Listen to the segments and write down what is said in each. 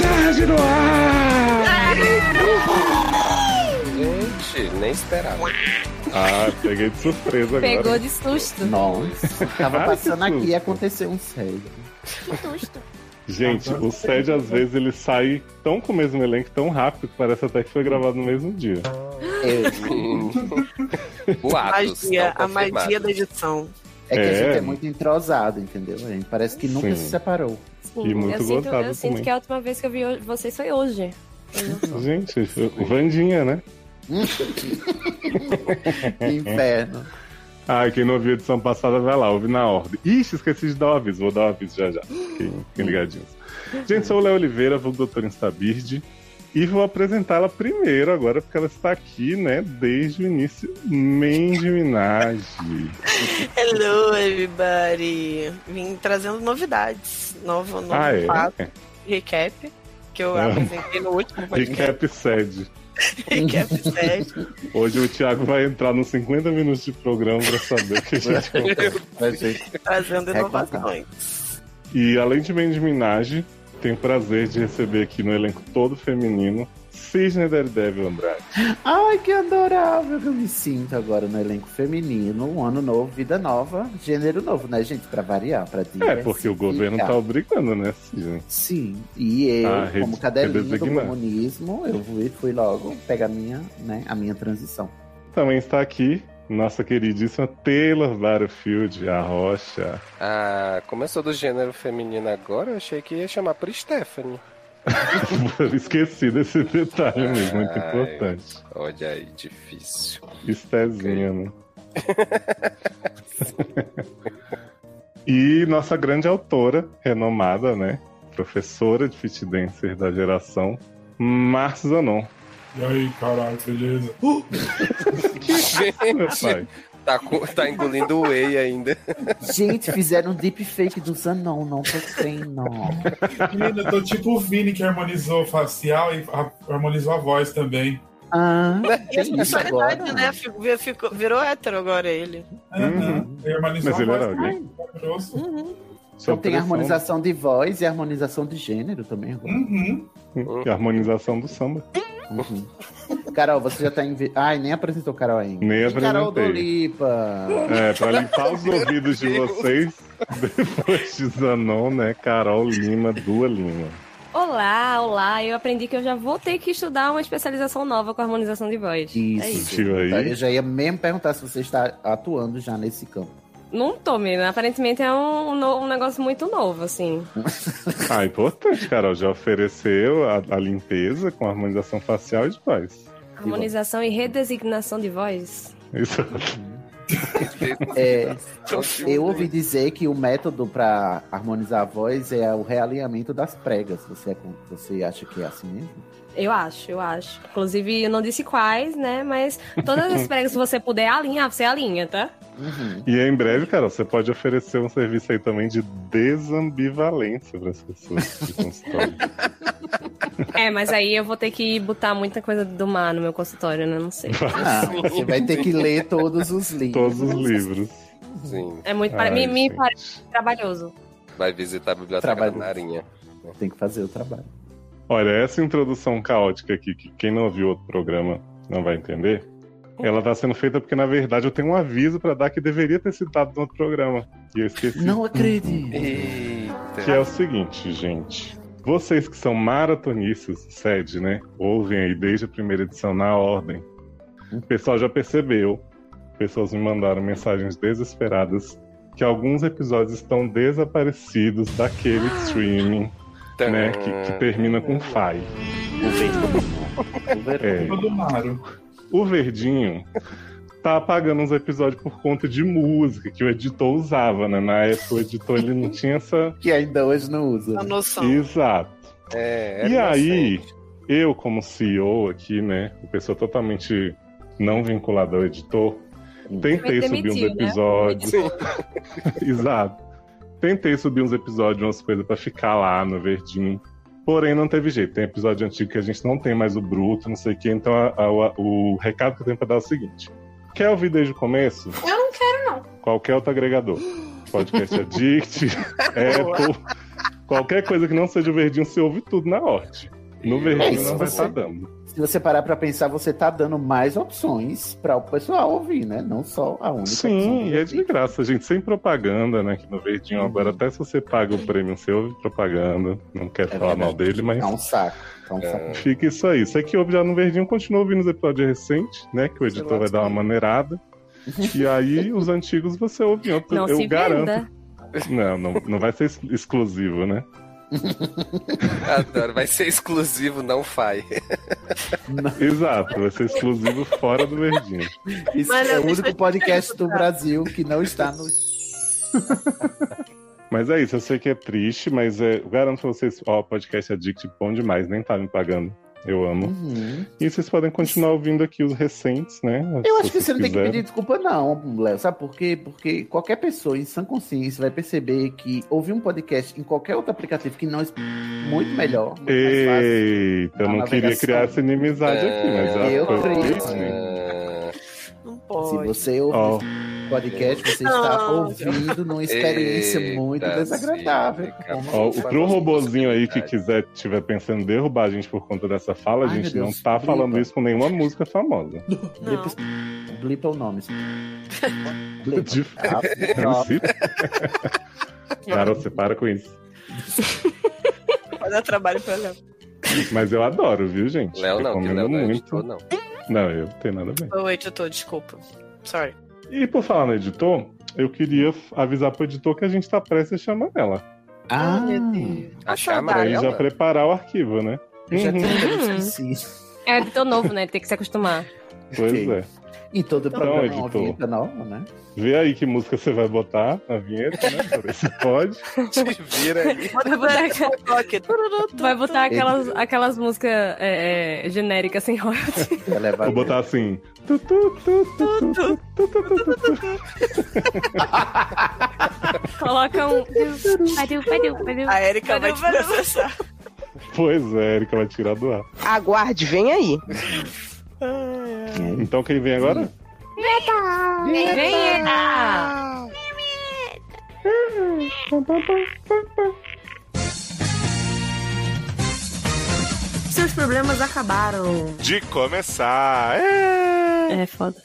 Caras no ar! Gente, nem esperava. Ah, peguei de surpresa agora. Pegou de susto. Nossa, tava Ai, passando que aqui susto. e aconteceu um sério. Que susto. Gente, o SED às vezes ele sai tão com o mesmo elenco, tão rápido, que parece até que foi gravado no mesmo dia. É, Boatos. magia, não a magia confirmados. da edição. é que a É. gente é muito entrosado, entendeu? A gente parece que nunca Sim. se separou. E muito eu sinto, gostado eu sinto também. que a última vez que eu vi ho- vocês foi hoje. Gente, o Vandinha, né? Que inferno. Ah, quem não ouviu a edição passada, vai lá, ouve na ordem. Ixi, esqueci de dar o aviso, vou dar o aviso já já. Fiquem, fiquem ligadinhos. Gente, sou o Léo Oliveira, vou doutor Instabird. E vou apresentá-la primeiro agora, porque ela está aqui, né, desde o início. Mandy Minaj. Hello, everybody! Vim trazendo novidades. Novo, novo Ah, é? fato, recap, que eu Ah. apresentei no último podcast. Recap sede. recap sério. Hoje o Thiago vai entrar nos 50 minutos de programa pra saber o que a gente Vai ser- trazendo É Recontado. inovações. E além de Mandy Minaj, tenho o prazer de receber aqui no elenco todo feminino Cisne Daredevil Andrade. Ai, que adorável que eu me sinto agora no elenco feminino. Um ano novo, vida nova, gênero novo, né, gente? Pra variar, pra É, porque o diversificar. governo tá obrigando, né, Cisne? Sim, e eu, Ah, re- como cadelinha do redesignar. comunismo, eu fui, fui logo pegar a minha, né, a minha transição. Também está aqui nossa queridíssima Taylor Barfield, a Rocha. Ah, começou do gênero feminino agora, eu achei que ia chamar por Stephanie. Esqueci desse detalhe mesmo, muito Ai. importante. Olha aí, difícil. Estezinha, né? e nossa grande autora, renomada, né? Professora de fit dancer da geração, Márcio Zanon. E aí, caralho, beleza? Meu Gente, pai. tá, co- tá engolindo o whey ainda. Gente, fizeram um deepfake do Zanon, não tô crendo. Menina, eu tô tipo o Vini que harmonizou o facial e a- harmonizou a voz também. Ah, E a tem isso agora? sexualidade, né? Fico- vi- ficou- virou hétero agora ele. Uhum. Ah, Ele harmonizou Mas a ele voz era alguém. também, maravilhoso. Então tem Sua pressão. harmonização de voz e harmonização de gênero também agora. Uhum. E a harmonização do samba. Uhum. Carol, você já tá em... vi- Ai, nem apresentou Carol ainda. Nem E Carol apresentei. Dolipa. É, pra limpar os ouvidos de Deus. vocês, depois de Zanon, né? Carol Lima, Dua Lima. Olá, olá. Eu aprendi que eu já vou ter que estudar uma especialização nova com harmonização de voz. É isso. Isso. Tá, Sentiu aí? Eu já ia mesmo perguntar se você está atuando já nesse campo. Não tô, menina. Aparentemente é um, no- um negócio muito novo, assim. Ah, importante, Carol. Já ofereceu a, a limpeza com harmonização facial e de voz. Harmonização e redesignação de voz. Isso. É, eu ouvi dizer que o método para harmonizar a voz é o realinhamento das pregas. Você, é com- você acha que é assim mesmo? Eu acho, eu acho. Inclusive, eu não disse quais, né? Mas todas as pregas que você puder alinhar, você alinha, tá? Uhum. E em breve, Carol, você pode oferecer um serviço aí também de desambivalência para as pessoas de consultório. É, mas aí eu vou ter que botar muita coisa do mar no meu consultório, né? Não sei. Ah, você vai ter que ler todos os livros. Todos os livros. Sim, É muito. para me, me Ai, parece gente. trabalhoso. vai visitar a biblioteca Trabalho. da Narinha. Tem que fazer o trabalho. Olha, essa introdução caótica aqui, que quem não ouviu outro programa não vai entender, ela tá sendo feita porque, na verdade, eu tenho um aviso pra dar que deveria ter citado no outro programa. E eu esqueci. Não acredito. Que Eita. é o seguinte, gente. Vocês que são maratonistas do SED, né? Ouvem aí desde a primeira edição na ordem. O pessoal já percebeu. Pessoas me mandaram mensagens desesperadas que alguns episódios estão desaparecidos daquele streaming, tá. né? Que, que termina com FAI. É. Todo Maro. O Verdinho tá apagando uns episódios por conta de música que o editor usava, né? Na época o editor ele não tinha essa. Que ainda hoje não usa. A noção. Exato. É, E era aí, inocente. eu como CEO aqui, né? Uma pessoa totalmente não vinculada ao editor, tentei Vai subir uns demitir, né? episódios. Exato. Tentei subir uns episódios, umas coisas pra ficar lá no verdinho. Porém, não teve jeito. Tem episódio antigo que a gente não tem mais o bruto, não sei o quê. Então, a- a- o recado que eu tenho pra dar é o seguinte. Quer ouvir desde o começo? Eu não quero. Qualquer outro agregador. Podcast Addict, Apple, qualquer coisa que não seja o verdinho, você ouve tudo na Hort. No verdinho isso, não vai você- estar dando. Se você parar pra pensar, você tá dando mais opções pra o pessoal ouvir, né? Não só a única opção. Sim, que e é você de graça, gente. Sem propaganda, né? Que no verdinho agora, até se você paga o prêmio, você ouve propaganda. Não quero É falar mal verdade. dele, mas. tem. É um saco. É um saco. Fica isso aí. Você que ouve já no Verdinho, continua ouvindo os episódios recentes, né? Que o editor vai dar uma maneirada. E aí, os antigos você ouve em outro. Não eu se garanto. venda. Não, não, não vai ser ex- exclusivo, né? Adoro, vai ser exclusivo, não faz. Exato, vai ser exclusivo fora do Verdinho. Isso Mas é eu o deixa eu único te podcast do Brasil que não está no. Mas é isso, eu sei que é triste, mas é, eu garanto pra vocês, ó, o podcast é Addict bom demais, nem tá me pagando. Eu amo. Uhum. E vocês podem continuar ouvindo aqui os recentes, né? Eu se acho que vocês você não tem que quiserem. pedir desculpa, não, Léo. Sabe por quê? Porque qualquer pessoa em sã consciência vai perceber que ouvir um podcast em qualquer outro aplicativo que não é muito melhor, muito mais fácil. Eita, eu Na não queria navegação. criar essa inimizade aqui, mas já Eu É. foi acredito. Disney. Ah, Não Se pode. você ouve Ó. esse podcast, você está Não. ouvindo numa experiência Eita, muito desagradável. Zica, Como- Ó, Vamos o- pro fazer robozinho aí que possibilidade. quiser, tiver pensando em derrubar a gente por conta dessa fala, a Ai, gente meu não Deus, tá briga. falando isso com nenhuma música famosa. Não. Blipa, blipa é o nome. Blipa. De Ah, MC. Cara, você para com isso. Vai dar trabalho pra ela. Mas eu adoro, viu, gente? Léo não, que Léo Recomendo não é muito. editor, não. Não, eu não tenho nada a ver. Oi, editor, desculpa. Sorry. E por falar no editor, eu queria f- avisar pro editor que a gente tá prestes a chamar ela. ah, Tá A Pra chamada ele já ela? preparar o arquivo, né? eu já Uhum, tinha esquecido. É tão novo, né? Tem que se acostumar. Pois é. E todo Então, programa é uma editor. vinheta nova, né? Vê aí que música você vai botar na vinheta, né? Pra ver se pode. Te vira aí. Vai botar, aquela- Toque. vai botar aquelas, aquelas músicas é, é, genéricas sem royalties. Vou botar assim. Tu, tu, tu, tu, tu, tu, tu, tu, tu, tu, tu. Coloca um. Padu, padu, padu. A Erika vai Valeu, te valeu. processar. Pois é, Erika vai tirar do ar. Aguarde, vem aí. Então quem vem agora? Venha! Seus problemas acabaram. De começar! É foda.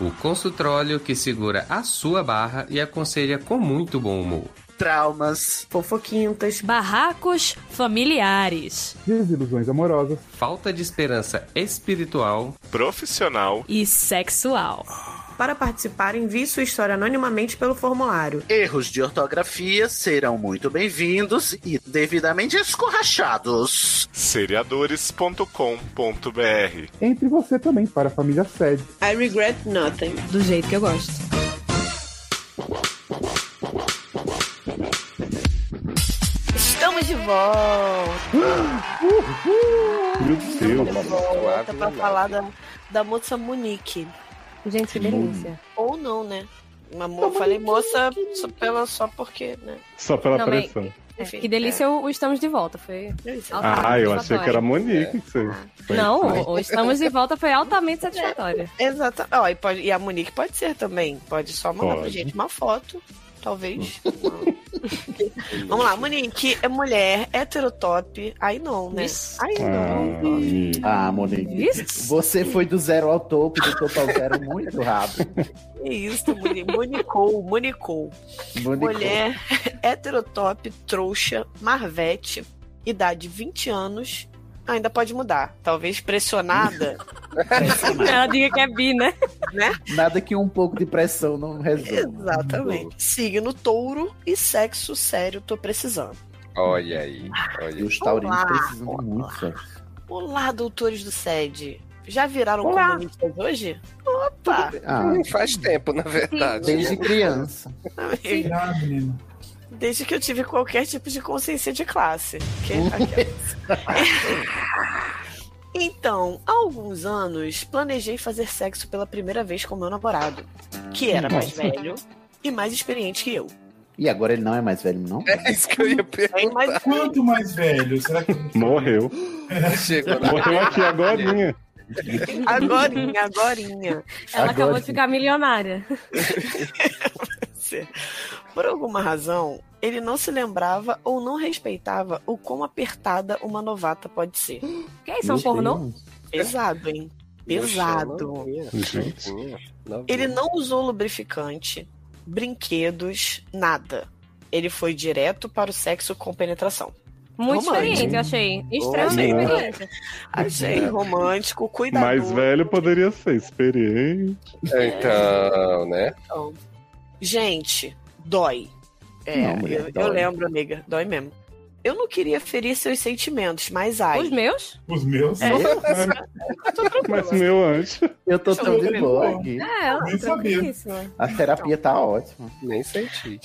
O consultório que segura a sua barra e aconselha com muito bom humor. Traumas. Fofoquintas. Barracos familiares. Falta de esperança espiritual. Profissional. E sexual. Para participar, envie sua história anonimamente pelo formulário. Erros de ortografia serão muito bem-vindos e devidamente escorrachados. Seriadores.com.br Entre você também para a família Sede. I regret nothing. Do jeito que eu gosto. Estamos de volta Meu Deus! Volta pra Suave, falar da, da moça Monique. Gente, que delícia. Ou não, né? Uma mo... eu falei moça só, pela... só porque, né? Só pela Não, mas- pressão. É, que delícia o, o Estamos de Volta. Foi. é. altamente Ah, eu achei que era a satisfatório. Monique que você. foi. Ah. Não, o, o Estamos de Volta foi altamente satisfatório. né? Exato. Ó, e, pode... e a Monique pode ser também. Pode só mandar pra Pode. gente uma foto, talvez. Vamos lá, Monique é mulher, heterotop. Aí não, né? Vixe. Aí não. Ah, amigo. Ah, Monique. Vixe. Você foi do zero ao topo, do topo ao zero muito rápido. Que é isso, Monique. Monicou, Monicou. Monique, Mulher, heterotop, trouxa, marvete, idade 20 anos, ainda pode mudar. Talvez pressionada. Ela diga que é bi, né? Nada que um pouco de pressão não resolva. Exatamente. Signo touro e sexo sério, tô precisando. Olha aí, E olha aí. os taurinos Olá, precisam de muito sexo. Olá, doutores do SED. Já viraram Olá. comunistas hoje? Opa! Ah, Faz tempo, na verdade. desde criança. Ah, menino. Desde que eu tive qualquer tipo de consciência de classe. Que- é então, há alguns anos, planejei fazer sexo pela primeira vez com meu namorado, que era mais velho e mais experiente que eu. E agora ele não é mais velho, não? É isso que eu ia perguntar. Bem mais Quanto mais velho? Será que. Morreu. Chegou na- Morreu aqui né? agorinha. agorinha, agorinha. Ela acabou Agora de ficar milionária. acontecer. Por alguma razão, ele não se lembrava ou não respeitava o quão apertada uma novata pode ser. Que isso, é um Meu pornô? Deus. Pesado, hein? Pesado. Gente. Ele não usou lubrificante, brinquedos, nada. Ele foi direto para o sexo com penetração. Muito Romântico. experiente, eu achei. Extremamente Não. experiente. Achei romântico, cuidado. Mais velho poderia ser experiente. Então, né? Então, gente, dói. É, Não, mulher, eu, eu dói. lembro, amiga, dói mesmo. Eu não queria ferir seus sentimentos, mas ai. Os meus? Os meus. É, Mas é- meu anjo. Eu tô tão de boa aqui. Ah, É, Nem sabia. tranquilíssima. A terapia tá ótima. Nem senti.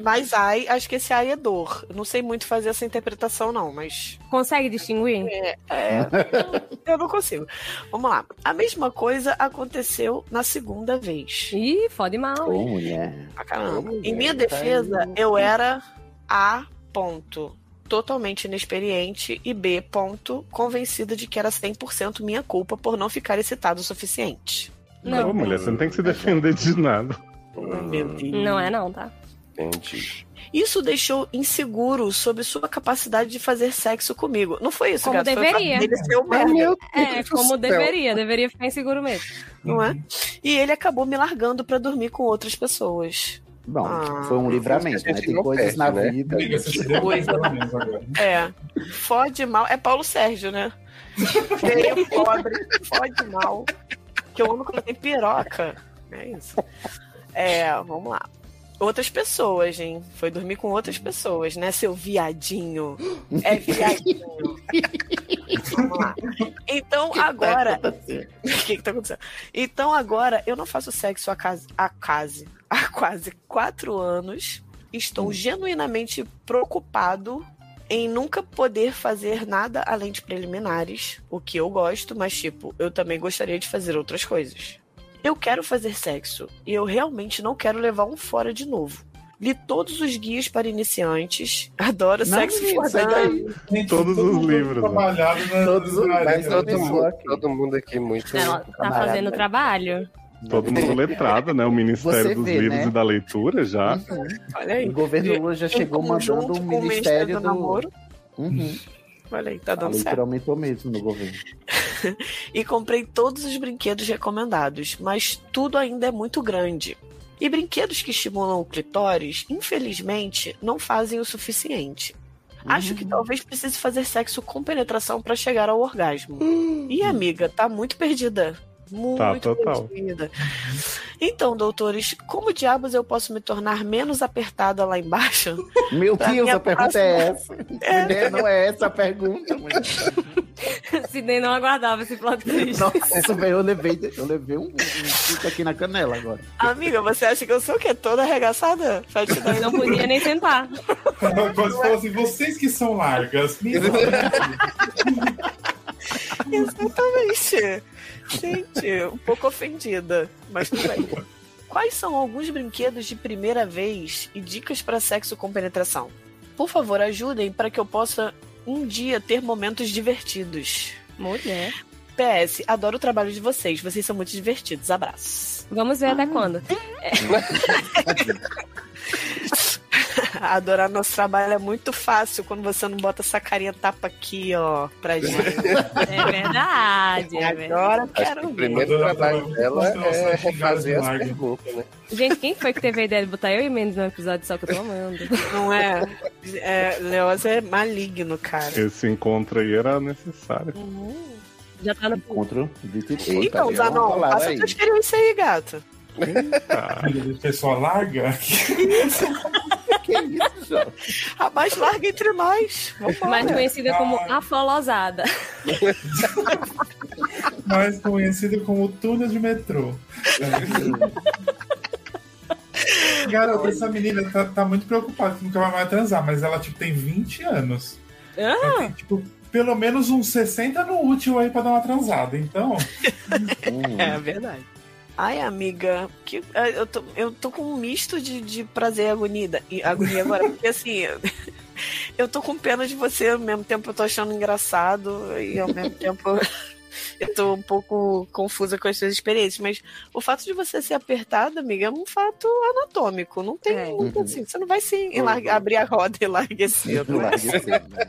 mas ai, acho que esse ai é dor. Eu Não sei muito fazer essa interpretação, não, mas. Consegue distinguir? É, eu não consigo. Vamos lá. A mesma coisa aconteceu na segunda vez. Ih, fode mal. hein? Ô, mulher. Pra caramba. Vamos Em ver, minha tá defesa, indo. eu era A. Ponto, totalmente inexperiente e B. Ponto, convencida de que era 100% minha culpa por não ficar excitado o suficiente. Não, Não. mulher, você não tem que se defender de nada. Meu Deus. Não é não, tá? Entendi. Isso deixou inseguro sobre sua capacidade de fazer sexo comigo. Não foi isso, Como gato, foi o fato deveria. dele ser o merda. meu É, Deus do como céu. deveria, deveria ficar inseguro mesmo. não é? E ele acabou me largando pra dormir com outras pessoas. Bom, Ah, foi um livramento, isso a né? gente Tem não coisas perde, na né? vida. Amiga, você se deu Tipo bem pelo menos agora. né? É. Fode mal. É Paulo Sérgio, né? Veio pobre, fode mal. Que eu amo quando tem piroca. É isso. É, vamos lá. Outras pessoas, hein? Foi dormir com outras pessoas, né, seu viadinho? É viadinho. vamos lá. Então agora. O que, que tá acontecendo? Então agora eu não faço sexo há quase, há quase, há quase quatro anos. Hum. Estou genuinamente preocupado em nunca poder fazer nada além de preliminares, o que eu gosto, mas tipo, eu também gostaria de fazer outras coisas. Eu quero fazer sexo e eu realmente não quero levar um fora de novo. Li todos os guias para iniciantes, adoro Não, sexo menina, sai fodão. daí. Gente, Todos todo os mundo livros, né? Trabalhado na Todos os- na- Mas Eu todo tô mundo, aqui. todo mundo aqui muito. Ela tá Camarada. fazendo trabalho. Todo mundo letrado, né? O Ministério Você dos vê, Livros né? e da Leitura já. Olha O aí. governo Lula já chegou Em mandando conjunto o com Ministério do. Namoro. Uhum. Olha aí, tá A dando certo. leitura aumentou mesmo no governo. e comprei todos os brinquedos recomendados, mas tudo ainda é muito grande. E brinquedos que estimulam o clitóris, infelizmente, não fazem o suficiente. Acho Hum. que talvez precise fazer sexo com penetração para chegar ao orgasmo. E amiga, tá muito perdida. Muito Hum. Tá, total. perdida. Então, doutores, como diabos eu posso me tornar menos apertada lá embaixo? Meu Pra Deus, minha a pergunta é essa. É. Mulher, não é essa a pergunta, mulher. Sidney não aguardava esse plot twist. Nossa, velho, eu levei, eu levei um, um chute aqui na canela agora. Amiga, você acha que eu sou o quê? Toda arregaçada? Faz te dar Não podia nem sentar. Quando você fala assim, vocês que são largas. me dão. Exatamente. Gente, um pouco ofendida, mas tudo bem. Quais são alguns brinquedos de primeira vez e dicas para sexo com penetração? Por favor, ajudem para que eu possa um dia ter momentos divertidos. Mulher. PS, adoro o trabalho de vocês. Vocês são muito divertidos. Abraços. Vamos ver até quando. Adorar nosso trabalho é muito fácil quando você não bota essa carinha tapa aqui, ó, pra gente. É verdade, é verdade. Agora Acho que quero o ver. primeiro trabalho dela é Nossa, refazer as larga. perguntas, né? Gente, quem foi que teve a ideia de botar eu e Mendes num episódio só que eu tô amando? Não é? é Leoz é maligno, cara. Esse encontro aí era necessário. Já tá no. Encontro de tipo. Então, Zanon, passa a tua experiência aí, gato. Tá. Pessoa larga? Que isso, João? A mais Ah, larga entre nós. Mais Vambora. conhecida como afolosada. Mais conhecido como túnel de metrô. Garota, essa menina tá, tá muito preocupada que nunca vai mais transar, mas ela tipo, tem 20 anos. Ela tem, tipo, pelo menos uns 60 no útil aí pra dar uma transada. Então, É verdade. Ai, amiga, que, é, eu, tô, eu tô com um misto de, de prazer e agonia, e agonia agora, porque assim, eu tô com pena de você, ao mesmo tempo eu tô achando engraçado, e ao mesmo tempo Eu tô um pouco confusa com as suas experiências, mas o fato de você ser apertada, amiga, é um fato anatômico. Não tem muito assim. Você não vai Uhum. se enlarga- abrir a roda e enlarguecer. não é? né?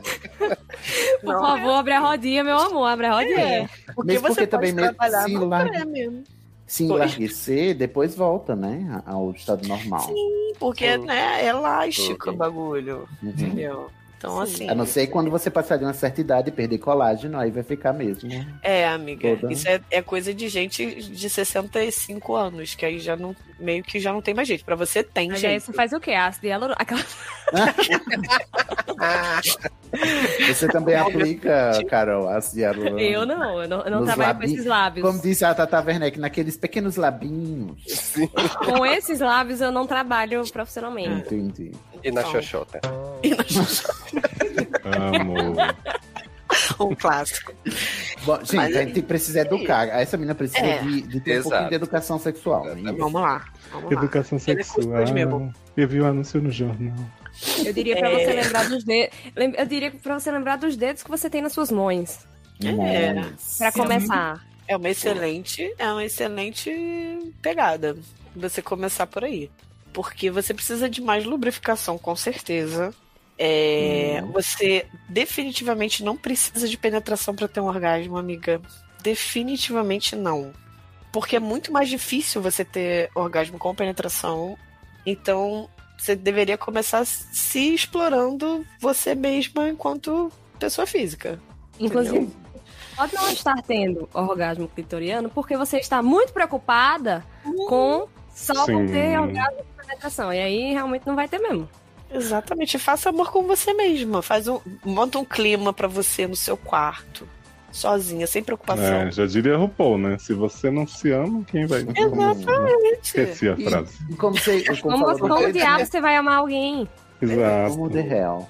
Por Não. favor, abre a rodinha, meu amor, abre a rodinha. É. O Mas porque também mesmo se, não enlargue- é mesmo. se enlarguecer, depois volta, né? Ao estado normal. Sim, porque né, é elástico o bagulho. Uhum. Entendeu? Então, assim. A não ser quando você passar de uma certa idade e perder colágeno, aí vai ficar mesmo. É, amiga. Toda. Isso é, é coisa de gente de 65 anos, que aí já não. Meio que já não tem mais jeito. Pra você tem, é Mas aí gente. você faz o quê? Ácido hialurônico. Aquela... Você também Não, aplica, Carol, as hialurônicas Eu não, eu não, eu não nos trabalho labi- com esses lábios. Como disse a Tata Werneck, naqueles pequenos labinhos. Sim. Com esses lábios eu não trabalho profissionalmente. Entendi. E na xoxota. E na xoxota. Amor. Um clássico. Bom, gente, Mas a gente precisa educar. Essa menina precisa É. de, de ter um pouquinho Exato. de educação sexual. Vamos lá. Vamos lá. Educação Ele é sexual. custoso mesmo. Eu vi o anúncio no jornal. Eu diria pra É. você lembrar dos dedos. Eu diria pra você lembrar dos dedos que você tem nas suas mãos. É. Pra começar. É uma excelente, é uma excelente pegada. Você começar por aí. Porque você precisa de mais lubrificação, com certeza. É, Você definitivamente não precisa de penetração para ter um orgasmo, amiga. Definitivamente não. Porque é muito mais difícil você ter orgasmo com penetração. Então, você deveria começar se explorando você mesma enquanto pessoa física. Inclusive, Entendeu? pode não estar tendo orgasmo clitoriano porque você está muito preocupada com só Hum. Sim. não ter orgasmo de penetração. E aí realmente não vai ter mesmo. Exatamente, faça amor com você mesma. Faz um, monta um clima pra você no seu quarto, sozinha, sem preocupação. É, já diria RuPaul, né? Se você não se ama, quem vai? Exatamente. Esqueci a frase. E como você. Como, falou como do- diabo você um vai amar alguém? É Exato. Como the hell.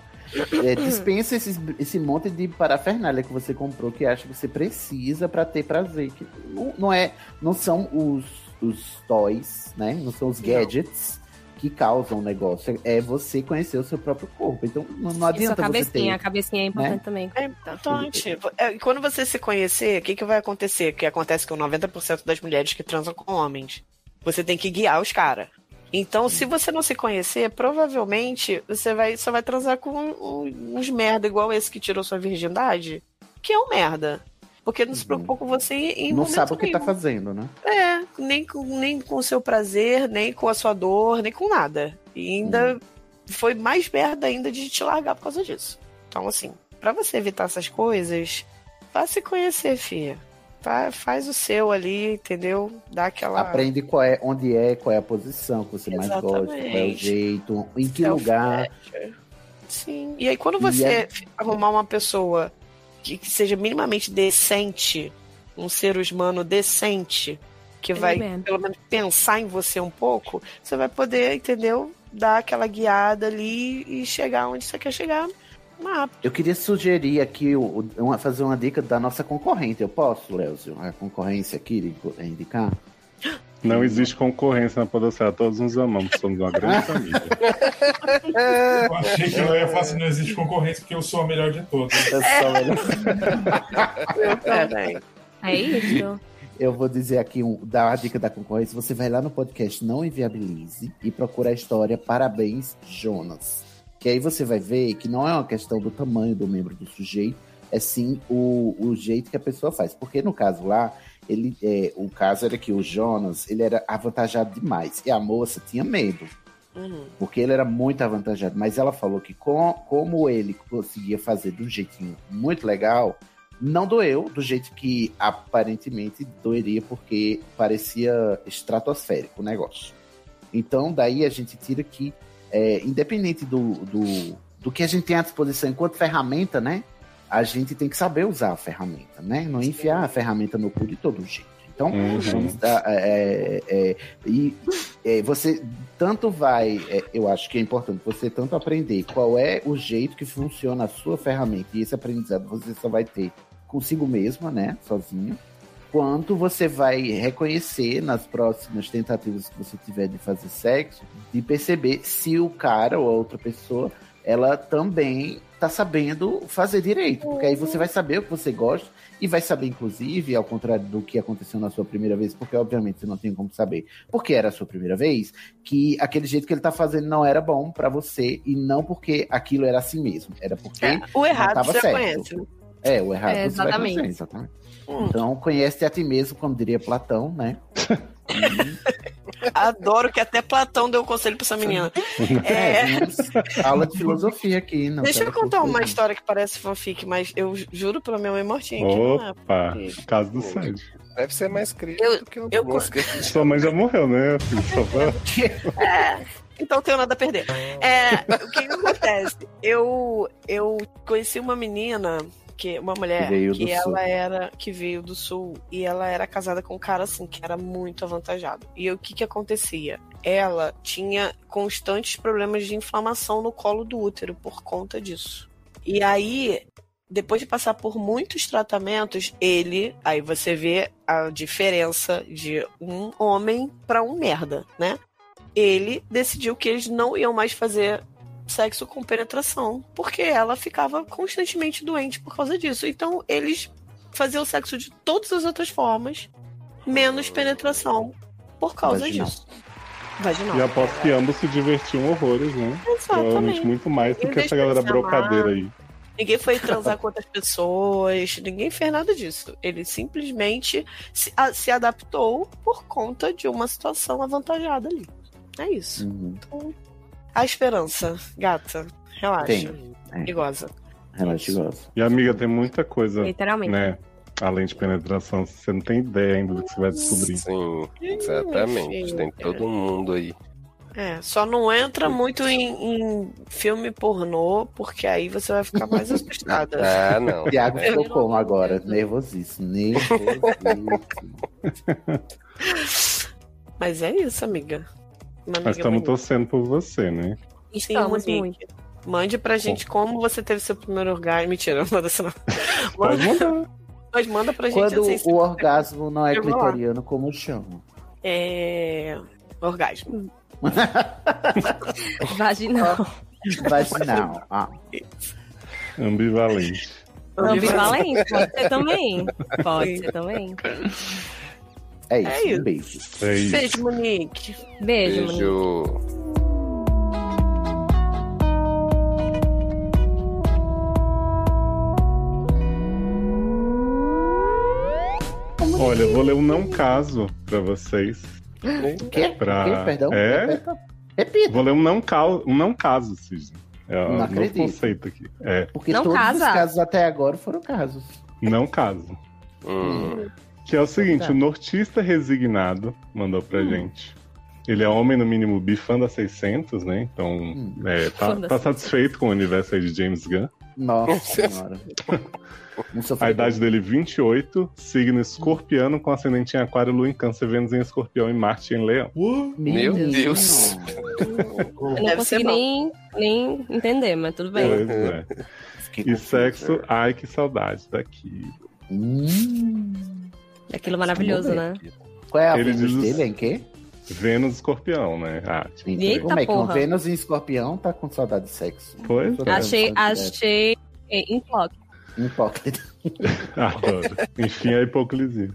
É, dispensa esses- esse monte de parafernália que você comprou que acha que você precisa pra ter prazer. Que não- não é, não são os, os toys, né? Não são os gadgets que causam o negócio. É você conhecer o seu próprio corpo. Então não, não Isso, a adianta você cabecinha. A ter. cabecinha é importante também. É importante. É, e Quando você se conhecer, o que, que vai acontecer? Que acontece com 90% das mulheres que transam com homens. Você tem que guiar os caras. Então, Hum. se você não se conhecer, provavelmente você vai, só vai transar com um- uns merda igual esse que tirou sua virgindade, que é um merda. Porque não se preocupou com você Uhum. em Não momento sabe o que tá nenhum. fazendo, né? É, nem com, nem com o seu prazer, nem com a sua dor, nem com nada. E ainda foi mais merda ainda de te largar por causa disso. Então, assim, pra você evitar essas coisas, vá se conhecer, filha. Vá- faz o seu ali, entendeu? Dá aquela. Aprende qual é, onde é, qual é a posição que você mais gosta, qual é o Exatamente. jeito, em que Self-care. lugar. Sim. E aí, quando E você é- arrumar uma pessoa que, que seja minimamente decente, um ser humano decente, que Ele vai, mesmo. pelo menos, pensar em você um pouco, você vai poder, entendeu? Dar aquela guiada ali e chegar onde você quer chegar. Mas, Eu queria sugerir aqui o- o- uma- fazer uma dica da nossa concorrente. Eu posso, Léozio? A concorrência aqui de co- indicar? Não existe concorrência na Podocera, todos nos amamos, somos uma grande família. Eu achei que eu ia falar assim, não existe concorrência, porque eu sou a melhor de todos. Eu sou a melhor. eu também. É isso. Eu vou dizer aqui, um, dar a dica da concorrência. Você vai lá no podcast Não Inviabilize e procura a história Parabéns, Jonas. Que aí você vai ver que não é uma questão do tamanho do membro do sujeito, é sim o, o jeito que a pessoa faz. Porque no caso lá, ele, é, o caso era que o Jonas ele era avantajado demais e a moça tinha medo. Uhum. porque ele era muito avantajado. Mas ela falou que com- como ele conseguia fazer de um jeitinho muito legal, não doeu do jeito que aparentemente doeria, porque parecia estratosférico o negócio. Então, daí a gente tira que, é, independente do, do, do que a gente tem à disposição enquanto ferramenta, né? A gente tem que saber usar a ferramenta, né? Não enfiar a ferramenta no cu de todo jeito. Então, Uhum. vamos dar, é, é, é, e é, você tanto vai, é, eu acho que é importante você tanto aprender qual é o jeito que funciona a sua ferramenta, e esse aprendizado você só vai ter consigo mesma, né, sozinho, quanto você vai reconhecer nas próximas tentativas que você tiver de fazer sexo, de perceber se o cara ou a outra pessoa, ela também tá sabendo fazer direito. Porque aí Uhum. você vai saber o que você gosta e vai saber, inclusive, ao contrário do que aconteceu na sua primeira vez, porque obviamente você não tem como saber, porque era a sua primeira vez, que aquele jeito que ele tá fazendo não era bom pra você e não porque aquilo era assim mesmo. Era porque. É, o errado não tava você certo. conhece. né? Hum. É, o errado É, você vai exatamente. conhecer, exatamente. Então, conhece a ti mesmo, como diria Platão, né? Adoro que até Platão deu conselho pra essa menina. É. É, aula de filosofia aqui. Não Deixa eu sabe contar por quê, uma não. história que parece fanfic, mas eu ju- juro pela minha mãe mortinha que não é. Opa, caso do Sandy. Deve ser mais crítico Eu, que o eu Boa. Sua mãe já morreu, né? filho? Só pra- É, então tenho nada a perder. É, o que, que acontece? Eu, eu conheci uma menina, que, uma mulher, Que veio que do ela sul. era que veio do sul e ela era casada com um cara assim, que era muito avantajado. E o que, que acontecia? Ela tinha constantes problemas de inflamação no colo do útero por conta disso. E aí, depois de passar por muitos tratamentos, ele, aí você vê a diferença de um homem pra um merda, né? Ele decidiu que eles não iam mais fazer sexo com penetração, porque ela ficava constantemente doente por causa disso. Então, eles faziam sexo de todas as outras formas, menos penetração, por causa Vaginal. disso. Vaginal. E aposto que ambos se divertiam horrores, né? Provavelmente muito mais do Ninguém que essa deixou galera de se amar. brocadeira aí. Ninguém foi transar com outras pessoas, ninguém fez nada disso. Ele simplesmente se, a- se adaptou por conta de uma situação avantajada ali. É isso. Uhum, Então, a esperança, gata. Relaxa. Tem, E goza. E amiga, tem muita coisa. Literalmente. Né? Além de penetração, você não tem ideia ainda do que você vai descobrir. Sim, exatamente. Tem todo mundo aí. É, só não entra muito em, em filme pornô, porque aí você vai ficar mais assustada. É. Ah, Tiago Eu- ficou como agora? Nervosíssimo. Nervosíssimo. Mas é isso, amiga. Uma amiga Mas estamos bonita. torcendo por você, né? Sim, Estamos Monique. Mande pra gente como você teve seu primeiro orgasmo. Mentira, não manda isso não. Manda, Mas manda pra gente Quando assim, se- o orgasmo não é Eu vou lá. clitoriano, como chama? É. Orgasmo. Vaginal. Vaginal. Ah. Ambivalente. Ambivalente, pode ser também. Pode ser também. É isso, É um isso. beijo. É isso. Beijo, Monique. Beijo, Monique. Olha, eu vou ler um não caso pra vocês. O quê? Pra... O quê? Perdão? É? Repita. Vou ler um não, cau... um não caso, Cisne. É Não um novo acredito. conceito aqui. É. Porque todos os casos até agora foram casos. Não caso. Hum, Hum. Hum. Que é o Tá. seguinte, o nortista resignado mandou pra Hum. gente. Ele é homem, no mínimo, bifã da 600, né? Então, Hum. é, tá, Fã da tá 600. satisfeito com o universo aí de James Gunn. Nossa senhora. Um A idade dele, 28, signo escorpiano, com ascendente em aquário, lua em câncer, Vênus em escorpião e Marte em leão. Meu Deus. Eu não Deve consegui ser bom. nem, nem entender, mas tudo bem. Pois é. E sexo, ai que saudade daqui. Aquilo maravilhoso, né? Hum. Qual é a Ele Vênus diz- dele? Em quê? Vênus escorpião, né? Ah, tinha que Eita, ver. Como é que um porra. Vênus em escorpião tá com saudade de sexo? Pois é. Achei, achei é, em toque. Um Hipócrita. Adoro. Enfim, a hipocrisia.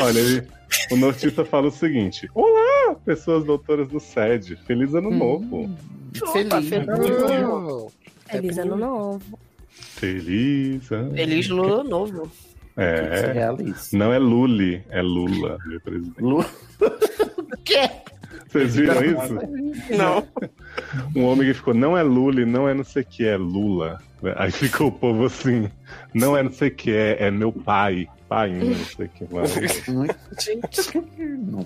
Olha, ele- o nortista fala o seguinte: Olá, pessoas doutoras do SED, feliz Hum. ano novo. Opa, tá Fernando. É Feliz ano novo. Feliz ano. Feliz Lula novo. É. Realiza. Não é Lule, é Lula, meu presidente. Lula. Quê? Vocês viram isso? Não. Um homem que ficou, não é Lule, não é não sei o que, é Lula. Aí ficou o povo assim, não é não sei o que, é, é meu pai. Pai, não sei o que lá.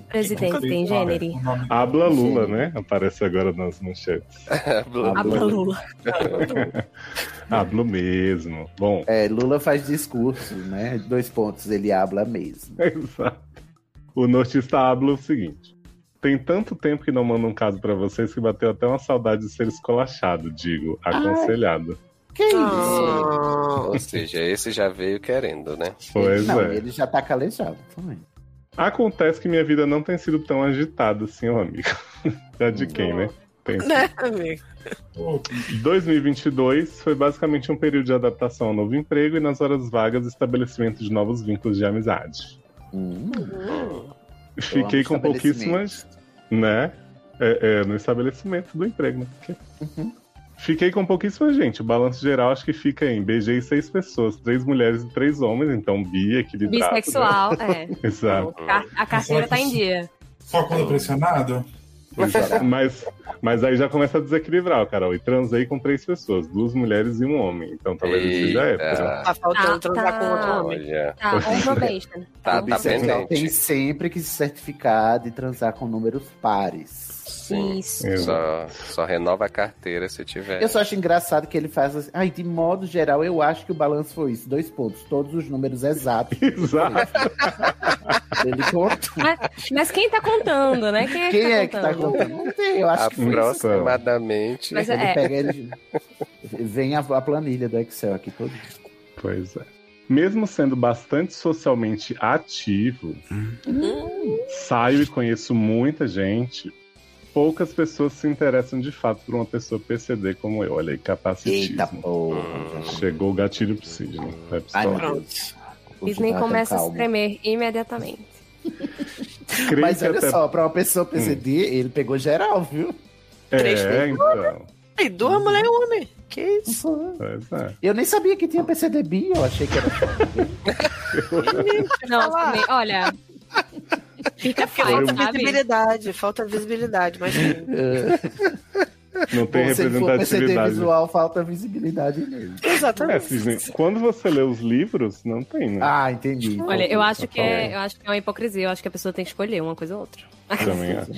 Presidente, tem gênero. Habla Lula, né? Aparece agora nas manchetes. A Lula. Hablo mesmo. Bom. É, Lula faz discurso, né? Dois pontos, ele habla mesmo. Exato. O nortista habla é o seguinte. Tem tanto tempo que não mando um caso pra vocês que bateu até uma saudade de ser escolachado, digo, aconselhado. Que Ou seja, esse já veio querendo, né? Pois não, é. ele já tá calejado também. Acontece que minha vida não tem sido tão agitada assim, ô amigo. Já de quem, né? Tem sim. Né, amigo? 2022 foi basicamente um período de adaptação ao novo emprego e nas horas vagas estabelecimento de novos vínculos de amizade. Hum. Fiquei com pouquíssimas, né? É, é, no estabelecimento do emprego, né? Porque- Fiquei com pouquíssima gente. O balanço geral acho que fica em beijei seis pessoas, três mulheres e três homens, então bi equilibrado. né? Bissexual, é. Exato. Car- A carteira tá em dia. Só quando pressionado? Exato. Mas, mas aí já começa a desequilibrar, Carol. E transei com três pessoas, duas mulheres e um homem. Então talvez isso seja Eita. época. Tá faltando transar com outro homem. Olha. Tá, on probation. Tá, tá Bissexual pendente. tem sempre que se certificar de transar com números pares. Sim. Isso. Só, só renova a carteira se É. tiver. Eu só acho engraçado que ele faz assim. Ai, de modo geral, eu acho que o balanço foi isso. Dois pontos. Todos os números exatos. Exato. ele contou. Mas, mas quem tá contando, né? Quem é que Quem tá é que contando? tá contando? Não tem, eu acho que foi isso. Aproximadamente. Mas ele é- pega ele. Vem a, a planilha do Excel aqui todo. Pois é. Mesmo sendo bastante socialmente ativo, saio e conheço muita gente. Poucas pessoas se interessam de fato por uma pessoa PCD como eu. Olha aí, capacitismo. Eita, porra. Ah, Chegou o gatilho pro Sidney. Vai pro Ai, meu Sidney. Deus. Disney Tá, começa a se calma. tremer imediatamente. Creio Mas que olha até- Hum. só, pra uma pessoa PCD, ele pegou geral, viu? Três É, pessoas. então. E duas mulheres e um homem. Que isso? Pois é. Eu nem sabia que tinha PCDB, eu achei que era. Não, também, olha. Fica Porque fácil, falta sabe? visibilidade, falta visibilidade, mas Não tem Bom, tipo, se ele for PCD representatividade. visual, falta visibilidade nele. É, exatamente. Sidney, quando você lê os livros, não tem, né? Ah, entendi. Olha, eu acho, que é, Tá eu acho que é uma hipocrisia. Eu acho que a pessoa tem que escolher uma coisa ou outra. bom. Também acho.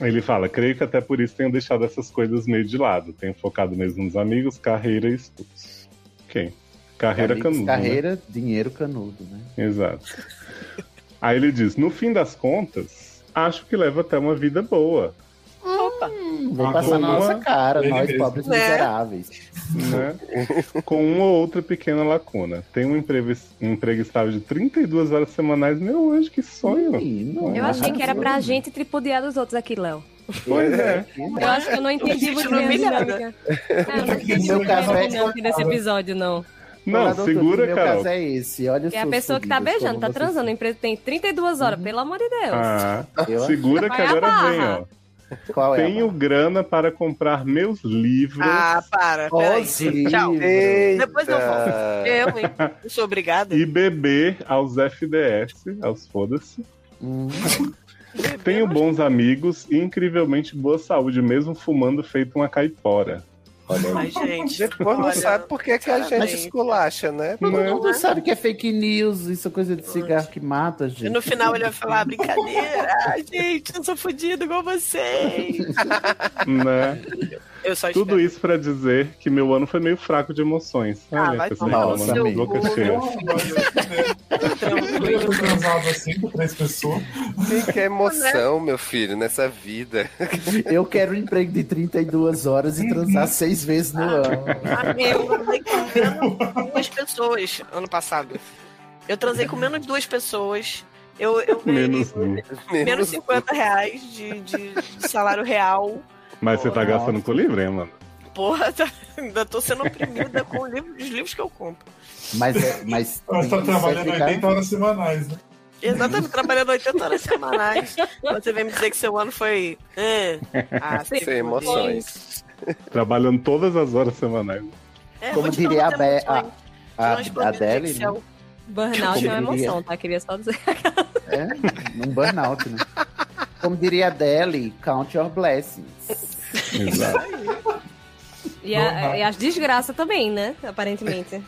Ele fala, creio que até por isso tenho deixado essas coisas meio de lado. Tenho focado mesmo nos amigos, carreira e estudos. Ok. Carreira Amigos, canudo. né? Carreira, dinheiro canudo, né? Exato. Aí ele diz, no fim das contas, acho que leva até uma vida boa. Opa. Vou Ah, passar na boa. nossa cara, Ele nós mesmo. É. pobres Né? miseráveis. né? Com uma ou outra pequena lacuna. Tem um emprego, um emprego estável de 32 horas semanais. Meu anjo, que sonho! né? Eu achei que era pra gente tripudiar dos outros aqui, Léo. Pois é. Eu acho que eu não entendi Gente, muito não bem a vi nada. dinâmica. É, eu não entendi Meu muito bem a caso é- dinâmica desse episódio, não. Não, Olá, doutor, segura, meu Carol. caso é esse. Olha os É a seus pessoa que tá fudidos, beijando, tá como Uhum. vocês- transando. A empresa tem 32 horas, pelo amor de Deus. Ah, Eu- segura Vai que agora a barra. vem, ó. Qual é? Tenho grana para comprar meus livros. Ah, para. um Peraí. Ozzy. Tchau. Eita. Depois eu volto. Eu, hein? Não sou obrigada. E beber aos FDS, aos foda-se. Hum, Tenho bons é. amigos e incrivelmente boa saúde, mesmo fumando feito uma caipora. Ai, gente. Depois não Olha, sabe por que, que a gente parabéns. esculacha, né? Todo Não. mundo sabe que é fake news, isso é coisa de cigarro que mata, E gente. no final ele vai falar, "Ah, brincadeira, Ai, gente, eu sou fodido igual vocês. Né? Eu só espero. Tudo isso pra dizer que meu ano foi meio fraco de emoções. Ah, Olha, tá vai pessoal, tomar no reclamando, seu boca cheia. né? um Eu tô transado assim com três pessoas. Tem que é né? emoção, meu filho, nessa vida. Eu quero um emprego de 32 horas e transar seis vezes no ano. Amigo, eu transei com menos duas pessoas ano passado. Eu transei com menos duas pessoas. Eu, eu ganhei Menos um. menos 50 reais de, de- de salário real. Mas você tá gastando com o livro, hein, mano? Porra, tá- ainda tô sendo oprimida com o livro- os livros que eu compro. Mas, é, mas Mas tá tem que trabalhando certificar- 80 horas semanais, né? Exatamente, trabalhando 80 horas semanais. Você vem me dizer que seu ano foi. eh, ah, se Sem emoções. Trabalhando todas as horas semanais. fuder. É, vou Como te falar, diria a, tem Be- a, emoções. a, Não explodiu a de Adele, né? Excel. Burnout é uma Como diria. emoção, tá? Queria só dizer. É, num burnout, né? Como diria a Adele, count your blessings. Exato. E, Uhum. a- e as desgraças também, né? Aparentemente.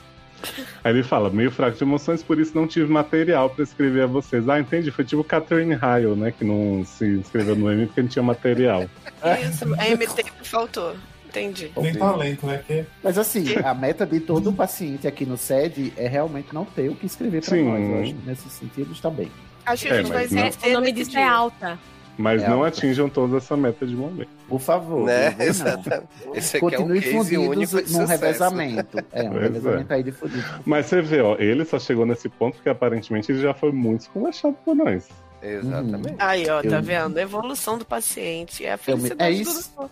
Aí ele fala, meio fraco de emoções, por isso não tive material pra escrever a vocês. Ah, entendi. Foi tipo Catherine Hyle, né? Que não se inscreveu no M porque não tinha material. né? Isso, a MT que faltou. Entendi. É, Tem talento, né? Que... Mas assim, a meta de todo paciente aqui no SED é realmente não ter o que escrever pra Sim. nós. Eu acho que nesse sentido está bem. Acho que É, a gente vai mas não- exercer O nome nesse disso dia. é alta. Mas É, não ó. atinjam toda essa meta de momento. Por favor. Né? não vem, não. Esse aqui é um Continue case fundidos único de num sucesso. revezamento. É, um Pois revezamento aí de fudido. Mas você vê, ó, ele só chegou nesse ponto porque aparentemente ele já foi muito esculachado por nós. Exatamente. Aí, ó, tá Eu- vendo? A evolução do paciente. É a Eu me- felicidade É do isso. doutor.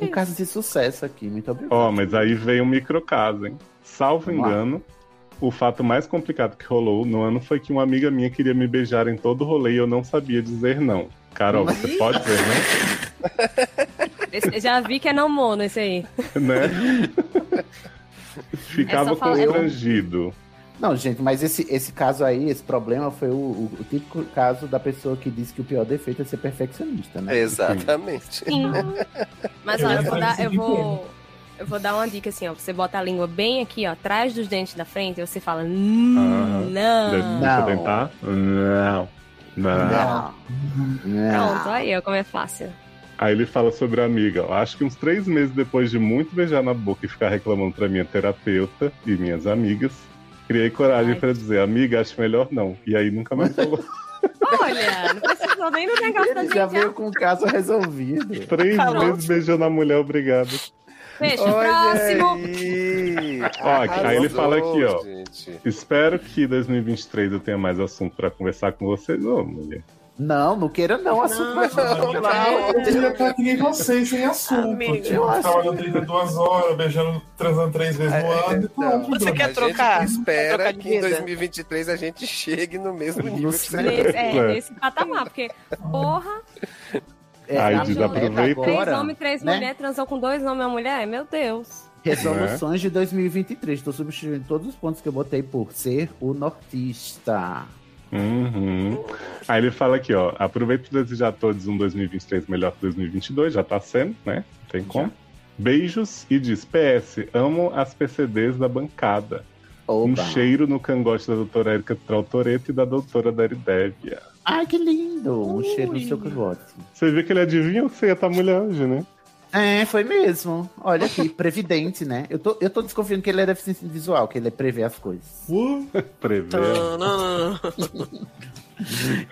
Um caso de sucesso aqui, muito obrigado. Ó, mas aí veio um microcaso, hein? Salvo Vamos lá. engano, o fato mais complicado que rolou no ano foi que uma amiga minha queria me beijar em todo rolê e eu não sabia dizer não. Carol, você pode dizer Esse- eu já vi que é não mono esse aí. não? né? Ficava É só falar- constrangido. Não, gente, mas esse, esse caso aí, esse problema foi o, o, o típico caso da pessoa que disse que o pior defeito é ser perfeccionista, né? Exatamente. Sim. Mas Eu olha, já eu vou falei dar, isso eu de vou, eu vou dar uma dica assim, ó. Você bota a língua bem aqui, ó, atrás dos dentes da frente, e você fala, "Hum, não. Deixa deixa eu tentar? Não. Não. Ah, Não. Não. Pronto, aí, ó, como é fácil. Aí ele fala sobre a amiga. ó, Acho que uns três meses depois de muito beijar na boca e ficar reclamando pra minha terapeuta e minhas amigas, criei coragem pra dizer, amiga, acho melhor não. E aí nunca mais falou. Olha, não precisou nem do negócio da gente. Já veio com o caso resolvido. três Pronto. meses beijando a mulher, obrigado. Beijo, Olha próximo. aí, Ó, aí ele fala aqui, ó. gente. Espero que 2023 eu tenha mais assunto pra conversar com vocês. Ô, mulher. Não, não queira não, assunto mais Não, pelo amor Eu de queria Deus. estar que nem vocês, sem assunto. Amigo, eu tipo, acho- trabalhando 32 horas, beijando, transando três vezes no ano. Então, Você quer trocar? espera Quer trocar de que em vida? 2023 a gente chegue no mesmo nível que você Nesse, é, nesse patamar, porque, porra, aí tá desaproveita. vendo três homens, três né? mulheres, transou com dois homens e uma mulher? Meu Deus. Resoluções Né? de 2023. Estou substituindo todos os pontos que eu botei por ser o nortista. Uhum. Aí ele fala aqui, ó. Aproveito pra desejar a todos um 2023 melhor que 2022, já tá sendo, né? Não tem como. Beijos e diz: PS, amo as PCDs da bancada. Um cheiro no cangote da doutora Erika Trautoreto e da doutora Daridevia. Ai, que lindo! Um cheiro no seu cangote. Você vê que ele adivinha o que você ia estar mulher hoje, né? É, foi mesmo. Olha aqui, previdente, né? Eu tô, eu tô desconfiando que ele é deficiente visual, que ele prevê as coisas. Prevê.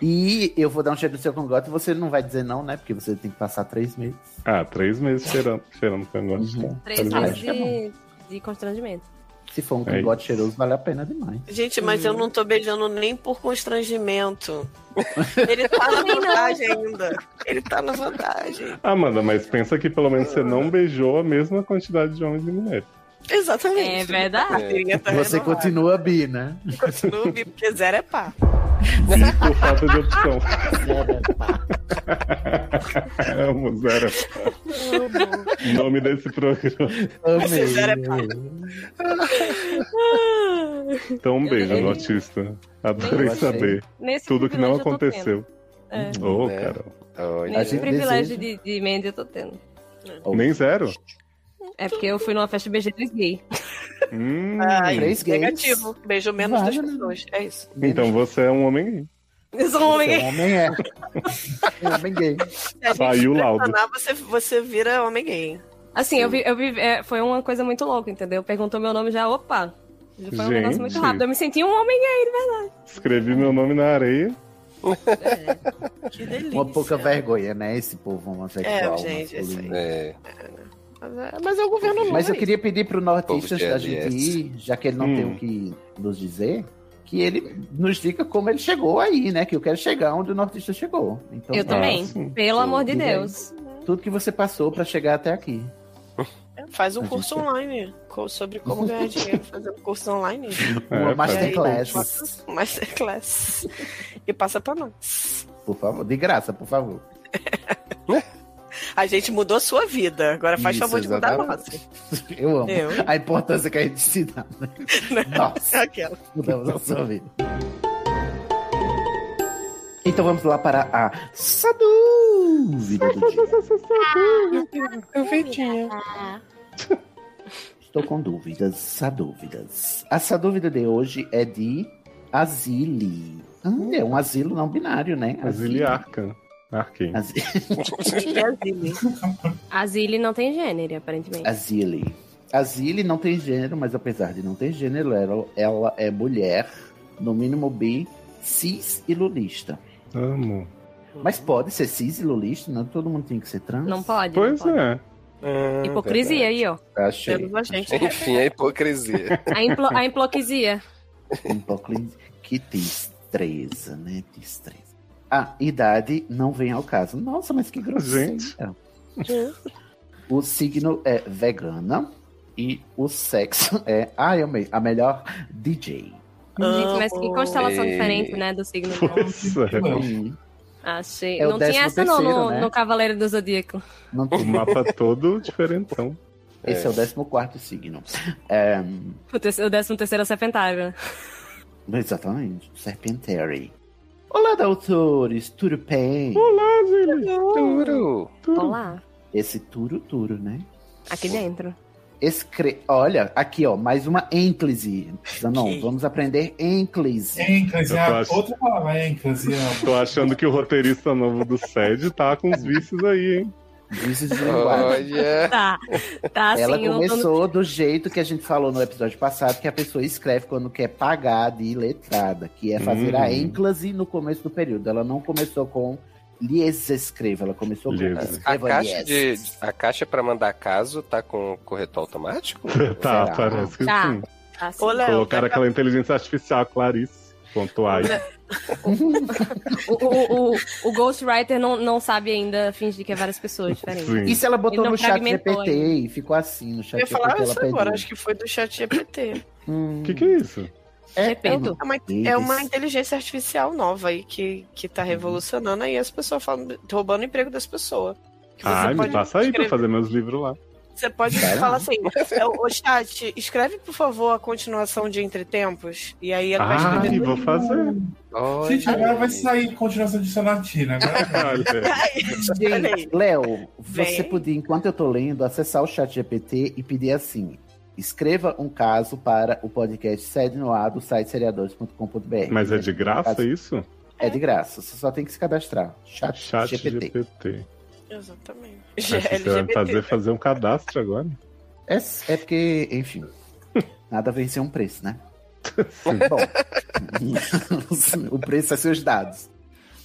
E eu vou dar um cheiro no seu cangote e você não vai dizer não, né? Porque você tem que passar três meses. Ah, três meses cheirando, cheirando cangote. tá? Uhum. Três Tá meses ligado? de, de constrangimento. Se for um É cangote cheiroso, vale a pena demais. Gente, mas eu não tô beijando nem por constrangimento. Ele tá na Também não. vantagem ainda. Ele tá na vantagem. Amanda, mas pensa que pelo menos você não beijou a mesma quantidade de homens e mulheres. Exatamente. É verdade. Parceria tá Você renovada. continua bi, né? Continua o bi, porque zero é pá. Por falta de opção. Amo, zero. Nome desse programa. Amei. é Então um Eu beijo, adorei. Notista. Adorei Nem- saber Nesse tudo que não privilégio eu tô aconteceu. tendo. É. Ô, Né? Carol. tá Nesse privilégio de, de Mandy eu tô tendo. Nem zero? É porque eu fui numa festa BG dos gay. Hum. Ai, Três gays. né? negativo. Beijo menos das pessoas. É isso. Então você é um homem gay. Eu sou um homem Você é gay. homem é. É homem gay. Se a gente Saiu o se laudo. impressionar, Você, você vira homem gay. Assim, eu vi, eu vi é, foi uma coisa muito louca, entendeu? Perguntou meu nome já, opa. Já foi um negócio muito Gente. rápido. Eu me senti um homem gay, de verdade. Escrevi meu nome na areia. Que delícia. Uma pouca vergonha, né? Esse povo homossexual. É, gente, masculino. É. Mas é- Mas é o governo novo. Mas eu aí. queria pedir pro nortista Povo de da gente LS. ir, já que ele não tem o que nos dizer, que ele nos diga como ele chegou aí, né? Que eu quero chegar onde o nortista chegou. Então, Eu também. Pelo amor de Diga aí. Deus. Tudo que você passou pra chegar até aqui. Faz A um gente é- curso quer. online co- sobre como ganhar dinheiro fazendo curso online. Uma E masterclass. aí, Masterclass. E passa pra nós. Por favor, de graça, por favor. A gente mudou sua vida. Agora faz Isso, favor de mudar a nossa. exatamente. Eu amo. Eu. A importância que a gente se dá. Né? Nossa, Aquela. mudamos a sua vida. Então vamos lá para a essa dúvida do dia. Duvidinha. Estou com dúvidas, há dúvidas. Essa dúvida de hoje é de Azili. Ah, é um asilo não binário, né? Asile Assim. Arcan. Arkin. A Zilli não tem gênero, É. aparentemente. Azili. Azili não tem gênero, mas apesar de não ter gênero, ela, ela é mulher, no mínimo bi, cis e lulista. Amo. Assim Mas pode ser cis e lulista, não todo mundo tem que ser trans. Não pode. Pois não pode. é. Ah, Hipocrisia aí, ó. Achei. Temos a gente. Enfim, a hipocrisia. A, implo, a imploquisia. Um pouco que tristeza, né? Tristeza. A idade não vem ao caso. Nossa, mas que grosseira. Gente. O signo é vegana e o sexo é. Ah, eu amei. A melhor DJ. Gente, mas que constelação diferente, né? Do signo. Hum, Nossa, Achei. É o não tinha essa não no, 13º, né? no Cavaleiro do Zodíaco. Não o mapa todo diferentão. Esse é, o 14 signo. É, O, te- o décimo terceiro é o Serpentário. exatamente. Serpentary. Olá, doutores. Tudo bem? Olá, Zilli. Turo. Olá. Esse turo, turo, né? Aqui dentro. Escre... Olha, aqui, ó. Mais uma ênclise. Não, vamos aprender ênclise. Ênclise, Eu tô é ach- outra palavra, ênclase. amo. Tô achando que o roteirista novo do SED tá com os vícios aí, hein? Vícios de linguagem. Olha. Tá. Tá Ela assim, eu não tô no- começou do jeito que a gente falou no episódio passado, que a pessoa escreve quando quer pagar de letrada, que é fazer Uhum. a ênclase no começo do período. Ela não começou com lies escreva, ela começou com Lies. A escreva caixa, lies. de, a caixa pra mandar caso tá com corretor automático? Tá, Será? parece que Tá. sim. Tá assim. Ô, Léo, Colocaram daqui a- aquela inteligência artificial, Clarice. Ponto aí. O, o, o, o Ghostwriter não, não sabe ainda fingir que é várias pessoas diferentes. Sim. E se ela botou Ele não no chat fragmentou GPT ainda. e ficou assim no Eu chat ia falar GPT, ela isso agora, acho pediu. que foi do chat GPT. Hum, O que, que é isso? Repito. É uma, é uma inteligência artificial nova aí que, que Uhum. tá revolucionando aí as pessoas falando, roubando o emprego das pessoas. Que Ai, Ah, me pode passa aí pra escrever- eu fazer meus livros lá. Você pode Caramba. falar assim, é, ô chat, escreve por favor a continuação de Entre Tempos, e aí ela vai Ah, escrever. e vou fazer. Olha. Gente, agora vai sair continuação de Sonatina. né? Agora Olha. É Olha aí. Gente, Léo, você Vem. podia, enquanto eu tô lendo, acessar o chat GPT e pedir assim: escreva um caso para o podcast Sede no Ar do site seriadores.com.br. Mas é de graça isso? É de graça, você só tem que se cadastrar. Chat, Chat GPT. GPT. Exatamente. Acho que Você vai me fazer fazer um cadastro agora? É, é porque, enfim, nada vence um preço, né? Bom, o preço é seus dados.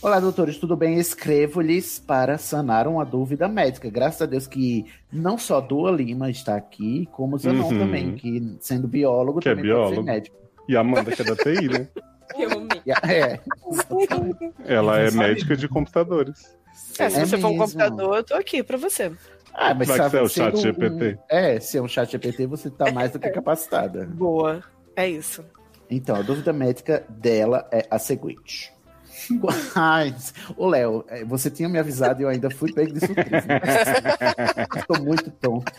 Olá, doutores, tudo bem? Escrevo-lhes para sanar uma dúvida médica. Graças a Deus que não só Dua Lima está aqui, como o Zanon Uhum. também, que sendo biólogo Que é também pode ser biólogo. médico. E a Amanda, que é da TI, né? Eu amei. E a- É, Ela é Não sabia. médica de computadores. É, se É você for um mesmo. computador, eu tô aqui pra você. ah, mas Vai que você é o sendo chat GPT. um- é, se é um chat GPT, você está mais É. do que capacitada. Boa. É isso. Então, a dúvida médica dela é a seguinte. Ai, Ô, Léo, eh, você tinha me avisado e eu ainda fui pego de surpresa. Estou muito tonto.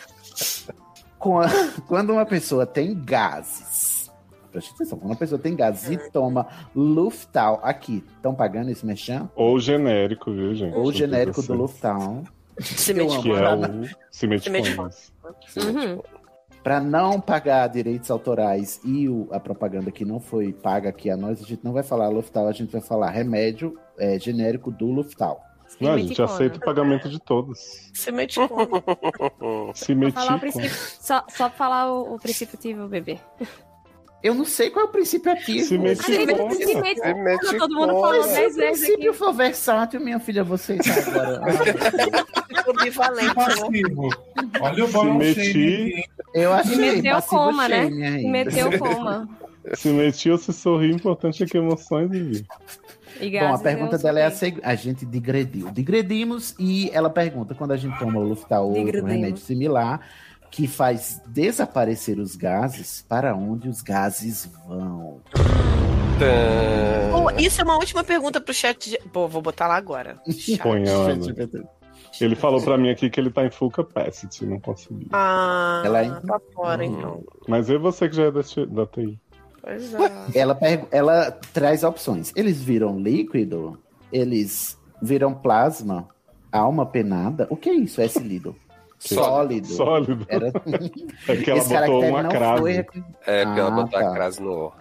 Com a- Quando uma pessoa tem gases, preste atenção, quando uma pessoa tem gases e toma Luftal, aqui, estão pagando esse mexão? Ou genérico, viu, gente? Ou o Não genérico do precisa Luftal. Se Eu ser. amo. Que é o Cimeticonas. Cimeticonas. Uhum. Para não pagar direitos autorais e o- a propaganda que não foi paga aqui a nós, a gente não vai falar Luftal, a gente vai falar remédio eh, genérico do Luftal. Não, a gente Simeticona. aceita o pagamento de todos. Você mete com. Hum. Só falar o Cimetico. princípio, só, só falar o, o princípio ativo, bebê. Eu não sei qual é o princípio ativo. Se Ah, mete- Se Simeticona. Simeticona, todo mundo falou Mas se o dez vezes aqui. princípio for versátil, minha filha, você tá agora. Ambivalente, né? passivo. Olha o balão Se cheio. meti- aqui, hein? Eu achei Se meteu passivo coma, né? shame ainda. Meteu coma. Cimeti ou se sorrir, o importante é que emoções vivem. E Bom, a gases pergunta eu dela é a soltei. seguinte. A gente digrediu. Digredimos e ela pergunta, quando a gente toma Luftal ou outro Digredimos. remédio similar, que faz desaparecer os gases, para onde os gases vão? Bom, isso é uma última pergunta pro chat. De... Pô, vou botar lá agora. Chat. Ponhando. Ele falou pra mim aqui que ele tá em full capacity, não consegui. Ah, Ela é- tá fora, Hum. então. Mas é você que já é da, da TI. Pois é. Ela, pergu- ela traz opções. Eles viram líquido? Eles viram plasma? Alma penada? O que é isso, S lido? Sólido. Sólido. Era... É que ela Esse botou caractere uma não crase. foi reconhecido. É, porque ela Ah, botou tá. a crase no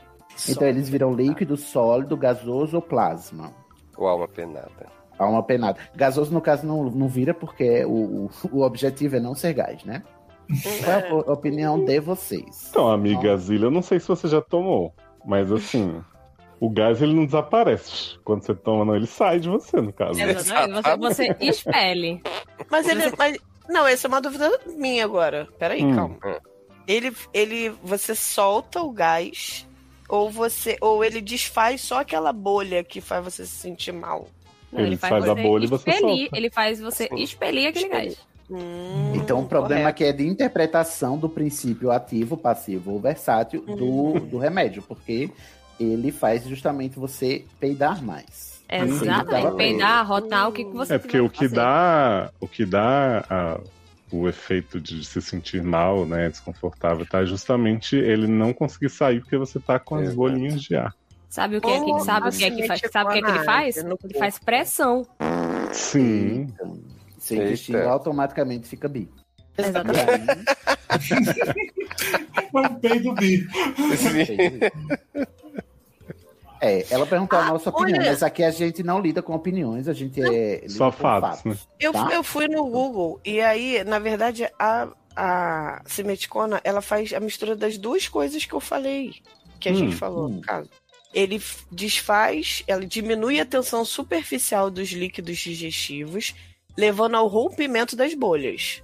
Então eles viram líquido, sólido, gasoso ou plasma. o alma penada. Alma penada. Gasoso, no caso, não, não vira, porque o, o, o objetivo é não ser gás, né? Qual é a o- opinião de vocês? Então, amiga Zilha, eu não sei se você já tomou, mas assim, o gás ele não desaparece. Quando você toma, não, ele sai de você, no caso. Exatamente. né? É, Você, você expele. Mas é ele. Mas... Não, essa é uma dúvida minha agora. Peraí, Hum. calma. Ele, ele. Você solta o gás. Ou você. Ou ele desfaz só aquela bolha que faz você se sentir mal. Não, Ele faz a você bolha e você expelir- solta. Ele faz você expelir É aquele gás. Hum, Então o problema aqui é de interpretação do princípio ativo, passivo ou versátil Uhum. do, do remédio, porque ele faz justamente você peidar mais. É, Assim, Exatamente. tava Peidar, rotar, o que, que você É porque o que dá, o que dá a- o efeito de se sentir mal, né, desconfortável, tá justamente ele não conseguir sair porque você tá com as bolinhas de ar. Sabe o que é que, Ou sabe o que, é que, faz, paciente sabe o que, é que tipo ele faz? com análise Ele faz pressão. Sim. Seu intestino automaticamente fica bi. Bem do bi. É, ela perguntou Ah, a nossa opinião, olha. mas aqui a gente não lida com opiniões, a gente é. lida Só com fatos, né? Eu, tá? eu fui no Google e aí, na verdade, a, a Simeticona, ela faz a mistura das duas coisas que eu falei, que a Hum, gente falou no caso. Ele f- desfaz, ela diminui a tensão superficial dos líquidos digestivos, levando ao rompimento das bolhas.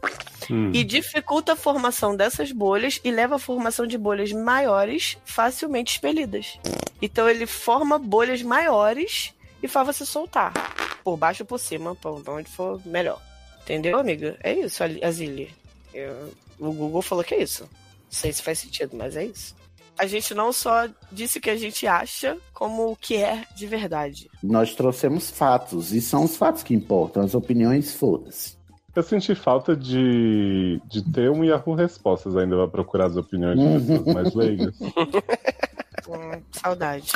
Hum. E dificulta a formação dessas bolhas e leva à formação de bolhas maiores facilmente expelidas. Então ele forma bolhas maiores e faz você soltar. Por baixo ou por cima, pra onde for melhor. Entendeu, amiga? É isso, Ali- Azili. Eu- O Google falou que é isso. Não sei se faz sentido, mas é isso. A gente não só disse o que a gente acha, como o que é de verdade. Nós trouxemos fatos, e são os fatos que importam, as opiniões, foda-se. Eu senti falta de, de ter um Yahoo Respostas ainda vai procurar as opiniões de pessoas mais leigas. Hum, saudade.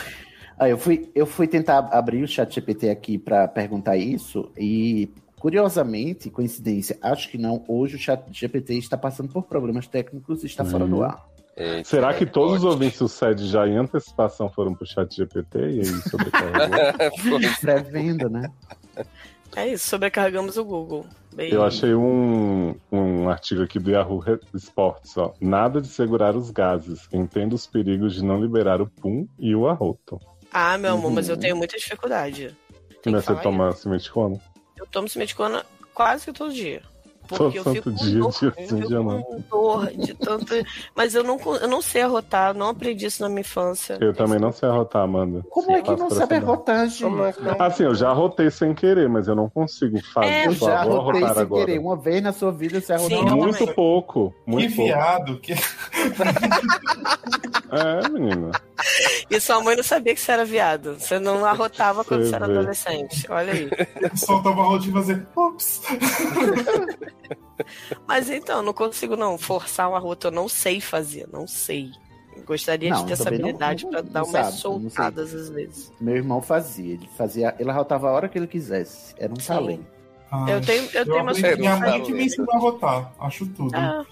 Ah, eu fui, eu fui tentar abrir o chat GPT aqui para perguntar isso e curiosamente, coincidência, acho que não, hoje o chat GPT está passando por problemas técnicos e está fora Uhum. do ar. Será É que todos os ouvintes do SED já em antecipação foram pro chat GPT e aí sobrecarregou? É Pré-venda, né? É isso, sobrecarregamos o Google. Bem- Eu achei um, um artigo aqui do Yahoo Re- Esportes, ó. Nada de segurar os gases. Entenda os perigos de não liberar o pum e o arroto. Ah, meu amor, Uhum. mas eu tenho muita dificuldade. Tem você toma simeticona? Eu tomo simeticona quase que todo dia. Todo Porque eu santo fico dia, dia sim, dia não. com dor de tanto. Mas eu não, con- eu não sei arrotar, não aprendi isso na minha infância. Eu também não sei arrotar, Amanda. Como é que Faço não pra sabe saber. arrotar, gente? Como é que não? Assim, eu já arrotei sem querer, mas eu não consigo fazer. É, eu já vou arrotei arrotar sem agora. querer. Uma vez na sua vida você arrotou. muito pouco. Muito Que pouco. viado, que. É, menina. E sua mãe não sabia que você era viado. Você não arrotava quando Sei você era bem. adolescente. Olha aí. Soltava a rotina e fazia. Ops! Mas então, não consigo não forçar um arroto. Eu não sei fazer, não sei. Gostaria Não, de ter essa também não- habilidade não- pra não dar umas sabe, não sei. soltadas às vezes. Meu irmão fazia, ele fazia, ele arrotava a hora que ele quisesse. Era um talento. Eu tenho- eu tenho uma Ah, aprendi- Minha mãe dificuldade. que me ensinou a rotar. Acho tudo. Ah,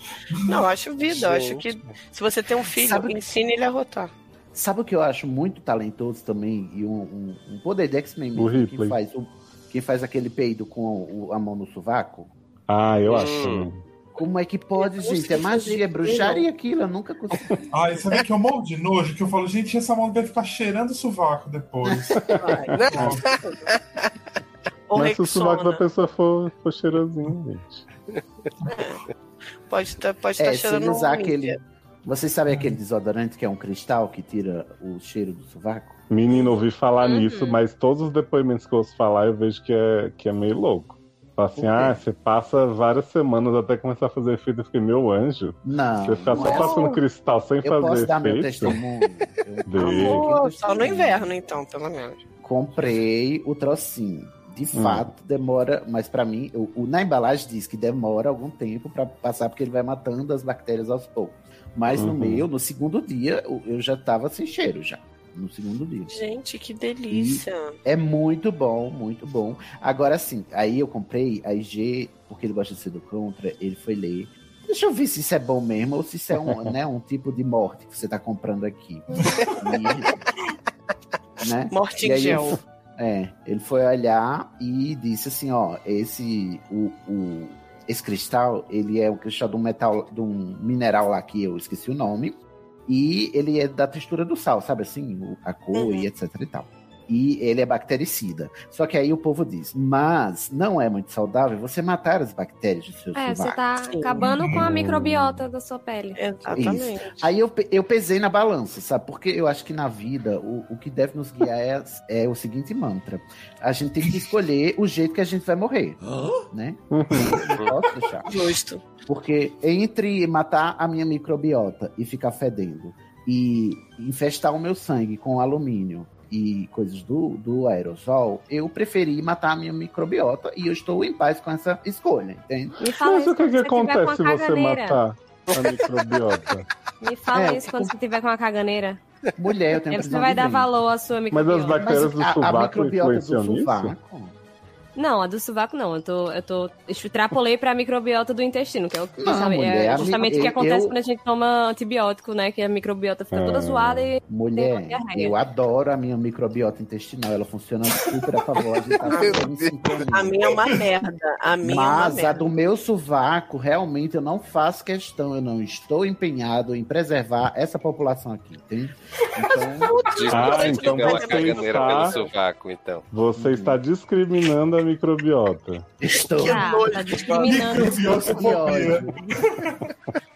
não, eu acho vida. Eu acho que se você tem um filho, ensine ele a rotar. Sabe o que eu acho muito talentoso também? E um, um- um poder de X-Men O mesmo, que Ripley. faz, o, que faz aquele peido com o- a mão no sovaco? Ah, Hum. eu acho. também. Como é que pode, gente? É consegui fazer magia, é bruxaria aquilo. aquilo, eu nunca consegui. Ai, sabe que eu morro de nojo? Que eu falo, gente, essa mão deve ficar cheirando o sovaco depois. Mas se o sovaco né? da pessoa for, for cheirosinho, gente. Pode estar pode tá É, se cheirando ele usar um aquele. Inter. Vocês sabem aquele desodorante que é um cristal que tira o cheiro do sovaco? Menino, ouvi falar Uhum. nisso, mas todos os depoimentos que eu ouço falar, eu vejo que é, que é meio louco. Fala assim, ah, você passa várias semanas até começar a fazer efeito. Eu fiquei, meu anjo. Não. Você ficar não só é passando assim. cristal sem Eu fazer posso efeito. dar meu testemunho? Dei. Uhum. Pô, só Tá no inverno, então, pelo menos. Comprei o trocinho. De Hum. fato, demora, mas pra mim, o, o- na embalagem diz que demora algum tempo pra passar, porque ele vai matando as bactérias aos poucos. Mas no Uhum. meu, no segundo dia, eu, eu já tava sem cheiro já. No segundo dia. Gente, que delícia. É muito bom, muito bom. Agora sim, aí eu comprei a IG, porque ele gosta de ser do contra, ele foi ler. Deixa eu ver se isso é bom mesmo ou se isso é um, né, um tipo de morte que você tá comprando aqui. E- né? Morte E em aí gel. ele- é, ele foi olhar e disse assim, ó, esse o, o- esse cristal, ele é o cristal de um metal, de um mineral lá que eu esqueci Uhum. o nome, e ele é da textura do sal, sabe assim, o- a cor e etc e tal. e ele é bactericida. Só que aí o povo diz, mas não é muito saudável você matar as bactérias do seu É, sovaco. você tá acabando com a microbiota da sua pele. Isso. Aí eu, pe- eu pesei na balança, sabe? Porque eu acho que na vida o, o que deve nos guiar é, é o seguinte mantra: a gente tem que escolher o jeito que a gente vai morrer. Né? Uhum. Não posso deixar. Justo. Porque entre matar a minha microbiota e ficar fedendo e infestar o meu sangue com alumínio e coisas do, do aerosol, eu preferi matar a minha microbiota e eu estou em paz com essa escolha, entende? Me fala Mas isso o que quando que você tiver acontece com a se você caganeira? matar a microbiota? Me fala É, isso quando você tiver com uma caganeira. Mulher, eu tenho Aí você precisão vai de dar dente. valor à sua microbiota. a- a, microbiota do influenciam nisso? sovaco, Não, a do sovaco não. Eu tô, eu tô extrapolei pra microbiota do intestino, que é, o, Não, justamente- é mulher, a mi- justamente o que eu- acontece eu- quando a gente toma antibiótico, né? Que a microbiota fica toda Ah, zoada e. Mulher, tem uma diarreia. eu adoro a minha microbiota intestinal, ela funciona super a favor. a gente tá super em sintonia. A minha é uma merda. A minha é uma Mas a merda. do meu sovaco, realmente, eu não faço questão, eu não estou empenhado em preservar essa população aqui, Diz entende? que Ah, você então deu uma você caganeira está- pelo sovaco, então. Você Uhum. está discriminando a microbiota. Estou. Ah, tá discriminando.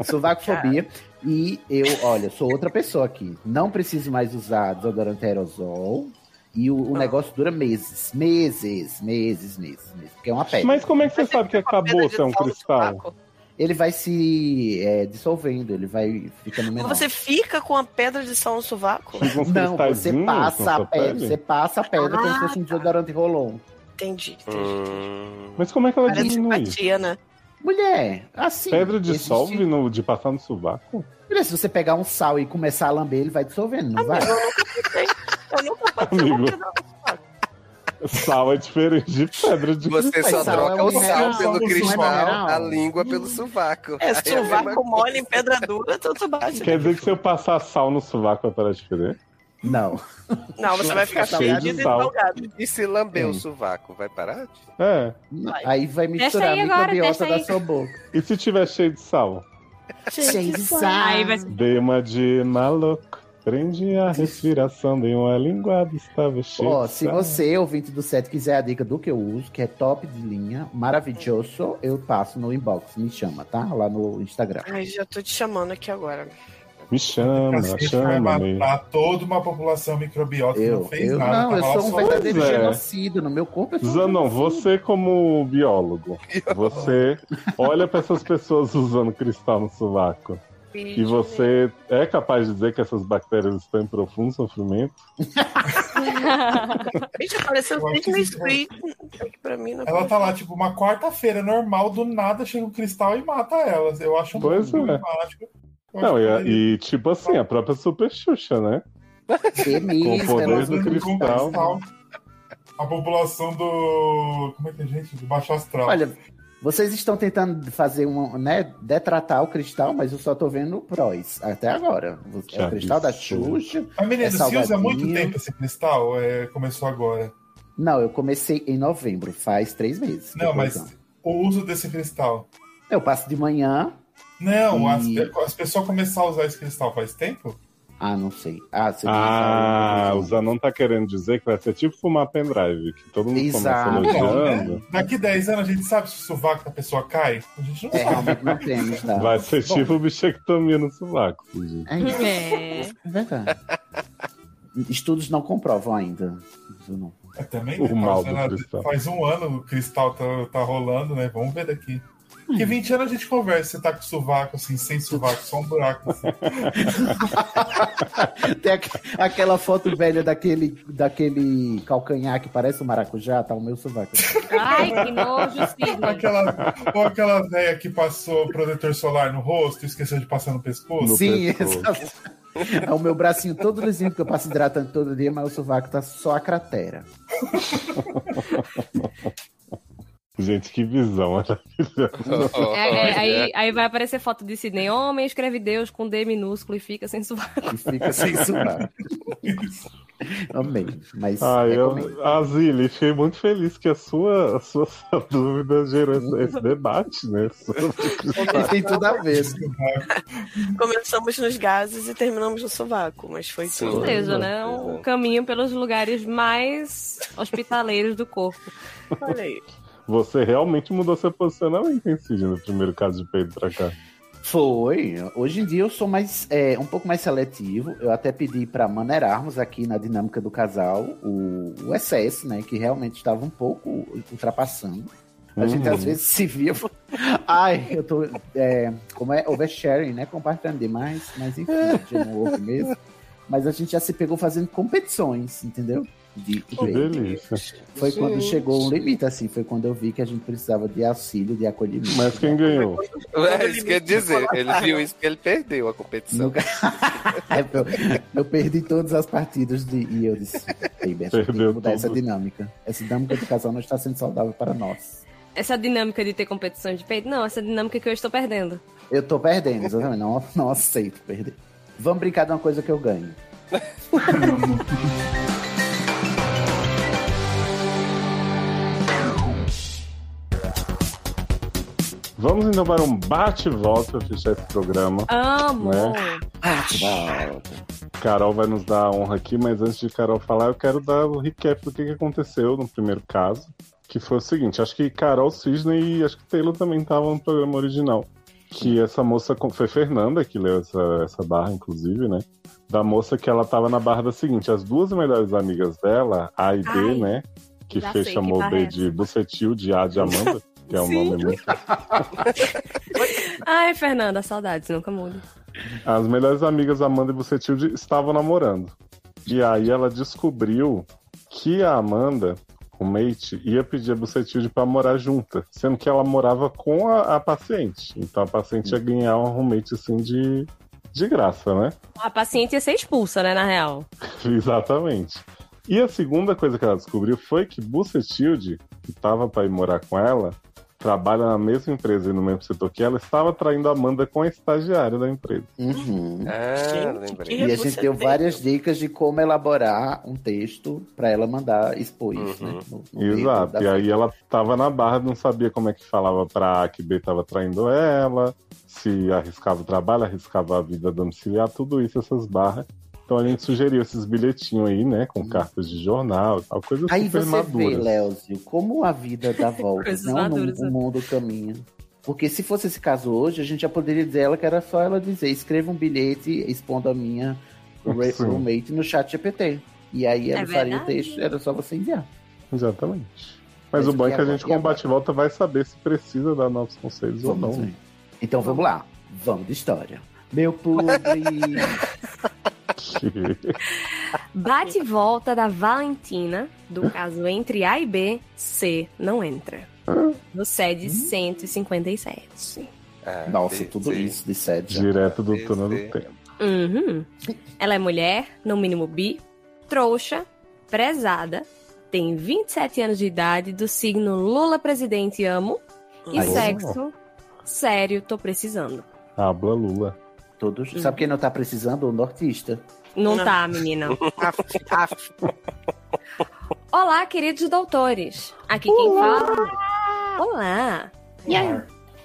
Sovacofobia. E eu, olha, sou outra pessoa aqui. Não preciso mais usar desodorante aerosol. E o, o Ah. negócio dura meses. Meses, meses, meses, meses. Porque é uma pedra. Mas como é que você sabe que acabou se é um cristal? Ele vai se é, dissolvendo, ele vai ficando menor. Você fica com a pedra de sal no sovaco? Não, você passa a pedra, você passa a pedra como se Ah, tá. fosse um desodorante rolon. Entendi. Hum. Mas como é que ela Parece diminui? simpatia, né? Mulher, assim. Pedra existe- dissolve no, de passar no sovaco? Mulher, se você pegar um sal e começar a lamber, ele vai dissolvendo, não vai? Amigo. Sal é diferente de pedra de Você só troca o sal pelo é Cristal, a língua pelo sovaco. Aí É, a mesma sovaco mole em pedra dura, tanto bate. Quer dizer que se eu passar sal no sovaco vai parar de feder? Não. Não, você vai ficar tá cheio de fedido e sal. salgado. E se lamber É. o sovaco, vai parar? É. Aí vai misturar aí a agora, microbiota testa da aí. sua boca. E se tiver cheio de sal? Cheio de sal. Aí vai ser- Dei uma de maluco. Prendi a respiração, dei uma linguada, estava cheio Ó, de se sal. você, ouvinte do set, quiser a dica do que eu uso, que é top de linha, maravilhoso, eu passo no inbox, me chama, tá? Lá no Instagram. Ai, já tô te chamando aqui agora. Me chama, Cacete, vai chama. me matar toda uma população microbiota que não fez eu nada. não, eu tava lá sou um só- verdadeiro Pois é. genocida no meu corpo. eu sou um Zanon, genocida. você como biólogo, você olha para essas pessoas usando cristal no sovaco e você é capaz de dizer que essas bactérias estão em profundo sofrimento? Gente, apareceu Eu acho Britney isso Spears aqui pra mim. né? Não Ela tá lá, tipo, uma quarta-feira normal, do nada chega um cristal e mata ela. Eu acho um Pois é. simpático. Eu Não, acho e, que a- ele- e tipo assim, a própria Super Xuxa, né? Com o poder do cristal. um A população do. Como é que é, gente? Do Baixo Astral. Olha, vocês estão tentando fazer um, né, detratar o cristal, mas eu só tô vendo prós até agora. É o cristal da Xuxa. Mas, Ah, menino, é se usa salgadinho. muito tempo esse cristal? É, começou agora. Não, eu comecei em novembro, faz três meses. que eu Não, tô mas usando. o uso desse cristal. Eu passo de manhã. Não, E- as, as pessoas começaram a usar esse cristal faz tempo? Ah, não sei. Ah, você Ah, um o Zanon tá querendo dizer que vai ser tipo fumar pendrive, que todo mundo Exato. começa Não, elogiando. né? Daqui 10 anos a gente sabe se o sovaco da pessoa cai? A gente não É, sabe. Não temos, tá? Vai ser Bom, tipo bichectomia no sovaco. Cid. É isso. É verdade. Estudos não comprovam ainda. Isso não. É, também O né, mal tá do usando- cristal. Faz um ano o cristal tá, tá rolando, né? Vamos ver daqui. Hum. Que 20 anos a gente conversa, você tá com sovaco, assim, sem sovaco, só um buraco. Assim. Tem aqu- aquela foto velha daquele, daquele calcanhar que parece um maracujá, tá o meu sovaco. Ai, que nojo, Sidney. Aquela, ou aquela velha que passou protetor solar no rosto e esqueceu de passar no pescoço. Sim, exato. É o meu bracinho todo lisinho, porque eu passo hidratante todo dia, mas o sovaco tá só a cratera. Gente, que visão maravilhosa. É, é, aí, aí vai aparecer foto de Sidney. Homem, escreve Deus com D minúsculo e fica sem sovaco. E fica sem sovaco. Amei. Mas Ah, recomendo. eu, Azile, fiquei muito feliz que a sua, a sua, sua dúvida gerou esse, esse debate, né? Tem tudo a ver. Começamos nos gases e terminamos no sovaco, mas foi Sim. tudo. Ou seja, né? Um caminho pelos lugares mais hospitaleiros do corpo. Olha aí. Você realmente mudou seu posicionamento, hein, Cid, no primeiro caso de Pedro pra cá. Foi. Hoje em dia eu sou mais é, um pouco mais seletivo. Eu até pedi para maneirarmos aqui na dinâmica do casal o, o excesso, né? Que realmente estava um pouco ultrapassando. A gente Uhum. às vezes se via. e fala, Ai, eu tô. É, como é? Oversharing, né? Compartilhando demais, mas enfim, de novo mesmo. Mas a gente já se pegou fazendo competições, entendeu? De, Que delícia. Foi quando Gente. chegou um limite, assim. Foi quando eu vi que a gente precisava de auxílio, de acolhimento. Mas quem ganhou? É isso que eu ia dizer. Ele viu isso que ele perdeu a competição. É, eu, eu perdi todas as partidas de, e eu disse, baby, acho que tem que Perdeu mudar essa tudo. dinâmica. Essa dinâmica do casal não está sendo saudável para nós. Essa dinâmica de ter competição de peito, não, essa dinâmica que eu estou perdendo. Eu tô perdendo, exatamente. Não, não aceito perder. Vamos brincar de uma coisa que eu ganho. Vamos então para um bate-volta pra fechar esse programa. Amo! Né? Carol vai nos dar a honra aqui, mas antes de Carol falar, eu quero dar o recap do que que aconteceu no primeiro caso. Que foi o seguinte: acho que Carol Cisne e acho que Taylor também estavam no programa original. Que essa moça. com- Foi Fernanda que leu essa, essa barra, inclusive, né? Da moça que ela tava na barra da seguinte: as duas melhores amigas dela, A e B, Ai, né? Que já sei Fê que chamou barra B é de Bucetil, de A de Amanda, que é um Sim. nome muito Ai, Fernanda, saudades, nunca muda. As melhores amigas Amanda e Bucetilde estavam namorando. E aí ela descobriu que a Amanda, o mate, ia pedir a Bucetilde pra morar junta, sendo que ela morava com a, a paciente. Então a paciente ia ganhar um roommate assim de, de graça, né? A paciente ia ser expulsa, né, na real. Exatamente. E a segunda coisa que ela descobriu foi que Bucetilde, que estava para ir morar com ela, trabalha na mesma empresa e no mesmo setor que ela, estava traindo a Amanda com a estagiária da empresa. Ah, Uhum. E lembrei. a gente deu várias dicas de como elaborar um texto para ela mandar expor isso, né? No- no dedo Uhum. Exato, da e aí ela tava na barra, não sabia como é que falava pra A que B tava traindo ela, se arriscava o trabalho, arriscava a vida domiciliar, tudo isso, essas barras. Então a gente sugeriu esses bilhetinhos aí, né, com cartas de jornal, tal, coisa Aí super você vê, maduras. Léozio, como a vida dá né? voltas, Coisas não no, maduras, o um mundo caminha. Porque se fosse esse caso hoje, a gente já poderia dizer ela que era só ela dizer, escreva um bilhete expondo a minha re- Sim. roommate no chat GPT. E aí ela É faria o verdade. texto, era só você enviar. Tá Exatamente. Mas Mas o bom é e que a agora? gente, E com o bate-volta, vai saber se precisa dar novos conselhos ou Vamos não. né? ver. Então vamos lá, vamos de história. Meu pobre... Bate e volta da Valentina, do caso entre A e B, C não entra. No sede 157. Ah, Tá Nossa, tudo isso de sede. Direto do túnel do tempo. Uhum. Ela é mulher, no mínimo bi, trouxa, prezada, tem 27 anos de idade, do signo Lula presidente amo, e Aí. sexo, sério, tô precisando. Habla Lula. Todos. Uhum. Sabe quem não tá precisando? O nortista. Não tá, menina. Olá, queridos doutores. Aqui quem fala. Olá. E aí?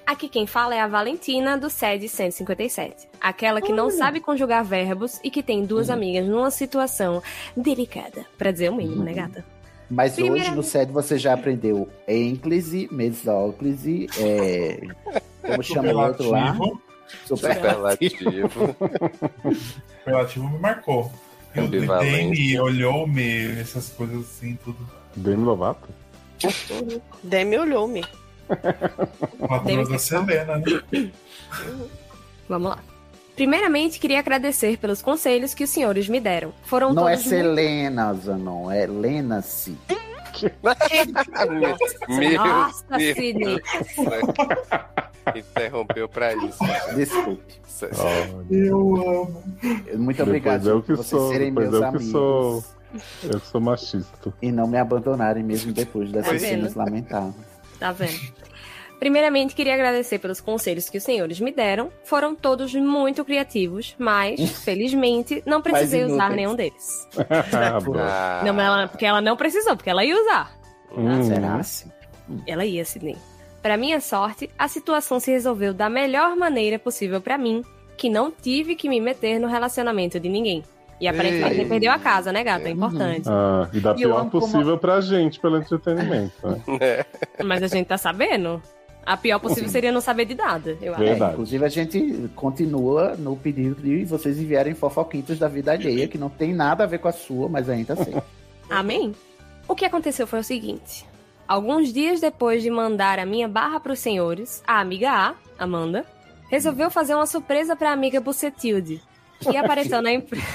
Aqui quem fala é a Valentina do SED 157. Aquela que não sabe conjugar verbos e que tem duas amigas numa situação delicada. Pra dizer o mínimo, né, gata? Mas Primeira- hoje no SED você já aprendeu ênclise, mesóclise, é... como chama o outro lá? Superlativo. Superlativo. O relativo me marcou. Eu Ambivalente. Demi olhou-me, essas coisas assim, tudo. Demi Lovato? Demi olhou-me. Patrona da Selena, né? Vamos lá. Primeiramente, queria agradecer pelos conselhos que os senhores me deram. Foram Não é todos muito- Selena, Zanon, é Lena-se. Meu Nossa, Deus. Sidney. Interrompeu pra isso. Desculpe. Eu ah, amo. Muito Depois obrigado eu que por vocês sou, serem depois meus eu que amigos. sou- Eu que sou machista. E não me abandonarem mesmo depois dessas Tá vendo? cenas lamentáveis. Tá vendo? Primeiramente, queria agradecer pelos conselhos que os senhores me deram. Foram todos muito criativos, mas, felizmente, não precisei usar inúteis. nenhum deles. Ah, boa. Não, mas Ah, ela- porque ela não precisou, porque ela ia usar. Hum. Será assim? Ela ia, Sidney. Pra minha sorte, a situação se resolveu da melhor maneira possível pra mim, que não tive que me meter no relacionamento de ninguém. E aparentemente Ei. nem perdeu a casa, né, gato? É importante. Ah, e da E eu pior amo como- possível pra gente, pelo entretenimento. Né? Mas a gente tá sabendo. A pior possível seria não saber de nada, eu acho. É, inclusive, a gente continua no pedido de vocês enviarem fofoquitas da vida alheia, que não tem nada a ver com a sua, mas ainda assim. Amém? O que aconteceu foi o seguinte. Alguns dias depois de mandar a minha barra pros senhores, a amiga A, Amanda, resolveu fazer uma surpresa pra amiga Bucetilde, que apareceu na empresa.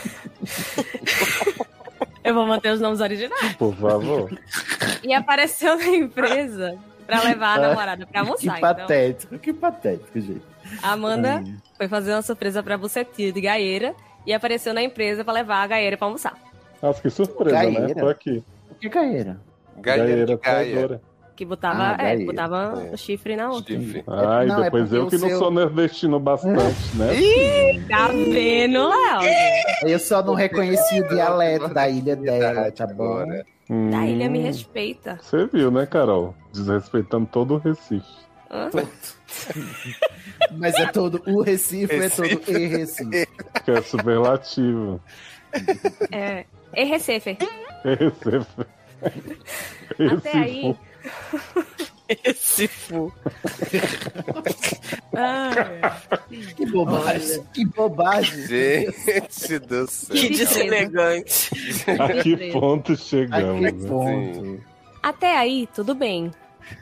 Eu vou manter os nomes originais. Por favor. E apareceu na empresa pra levar a namorada pra almoçar. É. Que então. patético, que patético, gente. A Amanda Ai. foi fazer uma surpresa pra Bucetil de Gaeira e apareceu na empresa pra levar a Gaeira pra almoçar. Nossa, que surpresa, né? Gaieira? Tô aqui. O que caíra? Gaieira de Gaia. tá traidora. Que botava, Ah, é, Gaeira. botava o chifre na outra. Ai, Não, é depois porque eu o que não seu- sou nordestino bastante, né? Ih, tá vendo, Léo? Eu só não reconheci o dialeto da ilha dela, tá bom? Hum, A ilha me respeita. Você viu, né, Carol? Desrespeitando todo o Recife. Hã? Mas é todo o Recife, é todo e Recife. Que é superlativo. É. E Recife. Recife. é- Até aí. Recife. Ah, é. Que bobagem, que bobagem. Gente do céu. Que deselegante. A que ponto chegamos? A que ponto? né? Até aí, tudo bem.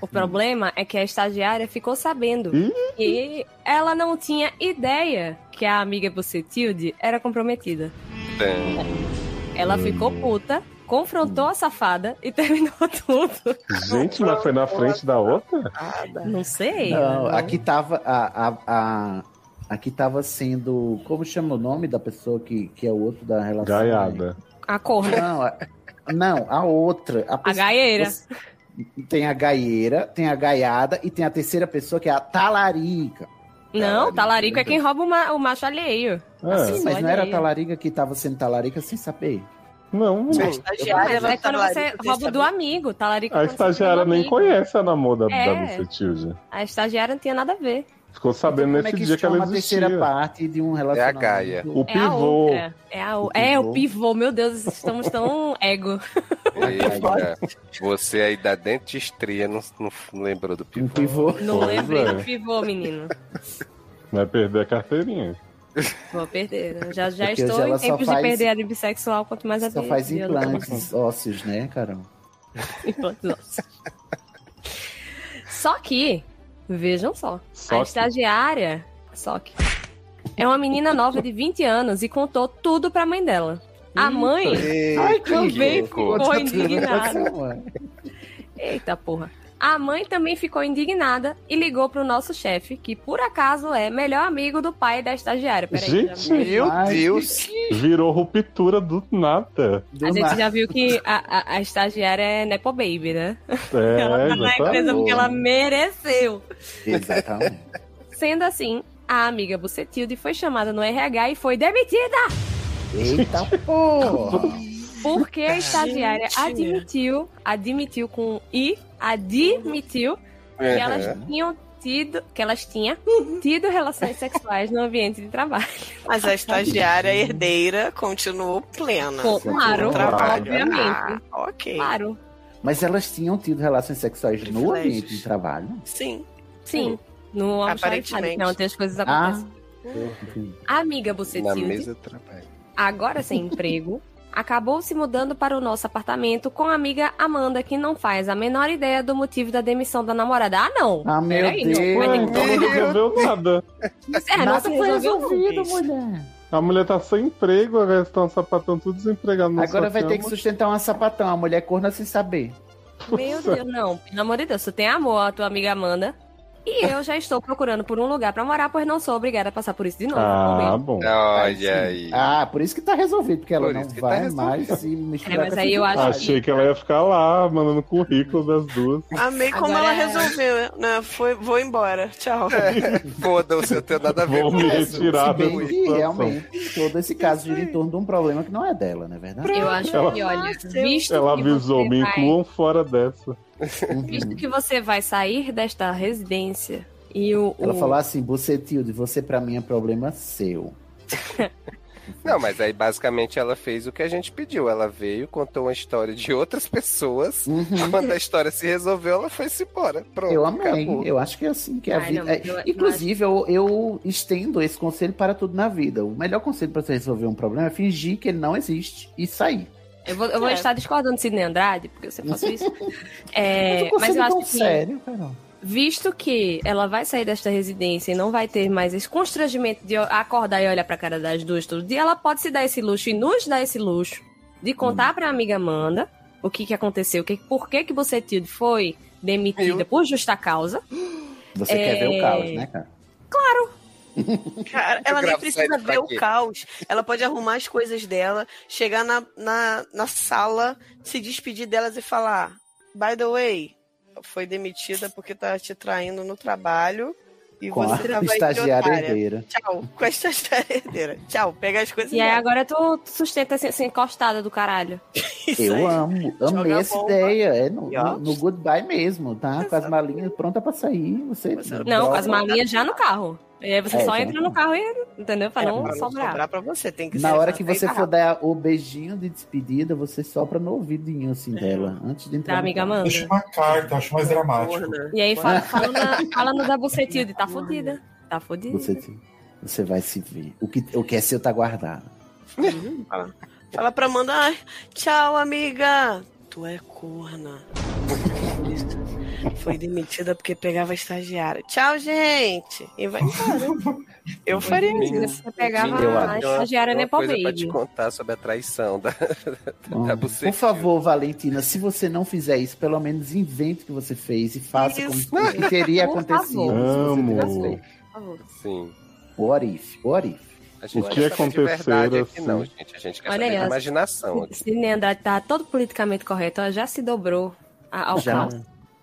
O problema é que a estagiária ficou sabendo. E ela não tinha ideia que a amiga Bucetilde era comprometida. Ela ficou puta, confrontou a safada e terminou tudo. Gente, mas foi na frente da outra? Não sei. Não, aqui tava a, a, a- aqui tava sendo, como chama o nome da pessoa que, que é o outro da relação? Gaiada. A corna. Não, a, não, a outra. A, pessoa- gaieira. você- tem a gaieira, tem a gaiada e tem a terceira pessoa que é a talarica. Não, talarico é quem rouba o, ma- o macho alheio. É, Sim, mas não era a talarica que tava sendo talarica sem saber. Não, não. Mas é quando você talarico, rouba do amigo. Talarico é A quando você estagiária rouba do nem amigo. conhece a namor da, da É. Bucetilde. A estagiária não tinha nada a ver. Ficou sabendo Como é nesse que dia que ela chama a existia. terceira parte de um relacionamento? Gaia. O É a pivô. outra. É, a o... é o pivô. Meu Deus, estamos tão ego. Eita, você aí da dentistria não, não lembrou do um pivô. Não Pois lembrei é. do pivô, menino. Vai perder né, a carteirinha. Vou perder. Eu Já, já Porque estou hoje ela em só tempos faz- de perder a bissexual, quanto mais a Só bi- faz bi- é eu não implantes ósseos, né, Carol? Implantes ósseos. Só que, vejam só, Só a tá- que- estagiária, só que, é uma menina nova de 20 anos e contou tudo pra mãe dela. A mãe Eita, também que louco. tá ficou indignada. é. Eita porra. A mãe também ficou indignada e ligou pro nosso chefe, que por acaso é melhor amigo do pai da estagiária. Peraí, Gente, já- Virou ruptura do nada. A gente já viu que a, a- a estagiária é Nepo Baby, né? É, ela tá na exatamente. empresa porque ela mereceu. Exatamente. Sendo assim, a amiga Bucetilde foi chamada no RH e foi demitida! Eita porra! Porque a estagiária Gente. admitiu, admitiu com I, admitiu que Uhum. elas tinham tido, que elas tinham tido relações sexuais no ambiente de trabalho. Mas a estagiária herdeira continuou plena. Com- claro, No trabalho. obviamente. Ah, ok. Claro. Mas elas tinham tido relações sexuais no ambiente de trabalho? Sim. Sim. No Aparentemente. Aparentemente. Não, tem as coisas Ah. acontecem. A amiga Na Bucetilde mesa de trabalho. agora sem emprego, acabou se mudando para o nosso apartamento com a amiga Amanda, que não faz a menor ideia do motivo da demissão da namorada. Ah, não! Ah, meu Peraí, Deus! Não, vai ter que- Então não resolveu nada. É, Nada nossa, foi resolvido, mulher. A mulher tá sem emprego, agora estão um sapatão tudo desempregado. na Agora sua vai ter que cama. sustentar uma sapatão, a mulher corna sem saber. Meu Deus, não. Pelo amor de Deus, tu tem amor à tua amiga Amanda. E eu já estou procurando por um lugar pra morar, pois não sou obrigada a passar por um isso de novo. Ah, Vou mesmo. bom. Olha aí. Ah, por isso que tá resolvido, porque ela Por não isso que tá vai resolvido. mais se misturar. É, mas com aí essa eu acho vontade. Achei que ela ia ficar lá, mandando currículo das duas. Amei como Agora- é- ela resolveu. Né? Foi, vou embora. Tchau. Foda-se, eu tenho nada a ver Vou com me isso. retirar Se bem dessa que situação. realmente todo esse caso gira em torno de um problema que não é dela, não é verdade? Eu acho Ela- que, olha, visto Ela que avisou, você me vai- incluam fora dessa. Uhum. Visto que você vai sair desta residência e o. Ela o- falou assim, Bucetilde, você pra mim é problema seu. Não, mas aí basicamente ela fez o que a gente pediu. Ela veio, contou uma história de outras pessoas. Quando a história se resolveu, ela foi-se embora. Pronto. Uhum. Eu amei. acabou. Eu acho que é assim que a Ai, vida. não, eu- é, Inclusive, eu, eu estendo esse conselho para tudo na vida. O melhor conselho pra você resolver um problema é fingir que ele não existe e sair. Eu vou, eu vou É. estar discordando de Sidney Andrade, porque eu sempre faço isso. É, Mas o mas eu conselho é acho tão que sim. sério, Carol. Visto que ela vai sair desta residência e não vai ter mais esse constrangimento de acordar e olhar pra cara das duas todo dia, ela pode se dar esse luxo e nos dar esse luxo de contar pra amiga Amanda o que, que aconteceu, o que, por que, que você Tilde, foi demitida Meu. por justa causa. Você É. quer ver o caos, né, cara? É, Cara, ela nem gravo precisa sério pra ver o quê? caos. Ela pode arrumar as coisas dela, chegar na, na, na sala, se despedir delas e falar: By the way, foi demitida porque tá te traindo no trabalho e Com você a tava aí de estagiária otária. herdeira. Tchau, com a estagiária herdeira. Tchau, pega as coisas E é aí dela. agora tu sustenta essa essa encostada do caralho. Isso aí. Eu amo, amei Joga a essa bomba. ideia. É no, E, ó. no- no goodbye mesmo, tá? Com as malinhas prontas pra sair. Você Você- Não, com as droga. malinhas já no carro. E aí você É, só já. entra no carro e. Entendeu? Pra É, não pra não sobrar. sobrar pra você, tem que Na ser hora que exatamente você for rápido. dar o beijinho de despedida, você sopra no ouvidinho assim É. dela, antes de Tá, entrar. Da no amiga carro. Amanda. Deixa uma carta, acho mais dramático. Porra, né? E aí fala, fala, na, fala no da bucetilde, tá fodida. Tá fodida. Você, você vai se ver. O que, o que é seu tá guardado. Fala pra Amanda, "Ai, tchau, amiga. Tu é corna. Foi demitida porque pegava estagiário. Tchau, gente. E vai embora. Eu faria isso. Menina, Você pegava menina, tem a uma- estagiária tem uma Nepo coisa pra Baby. te contar sobre a traição da, da Bom, bucetinha. por favor, Valentina, se você não fizer isso, pelo menos invente o que você fez e faça como Isso. como que teria Por acontecido. favor. se você tivesse Amo. feito. Por favor. Sim. O Orif, o Orif. A gente O não que quer saber de verdade acontecera, aqui, não, gente. A gente quer Olha saber aí, ó. de imaginação. aqui. Sidney Andrade tá todo politicamente correto, ela já se dobrou a- ao Já, caos.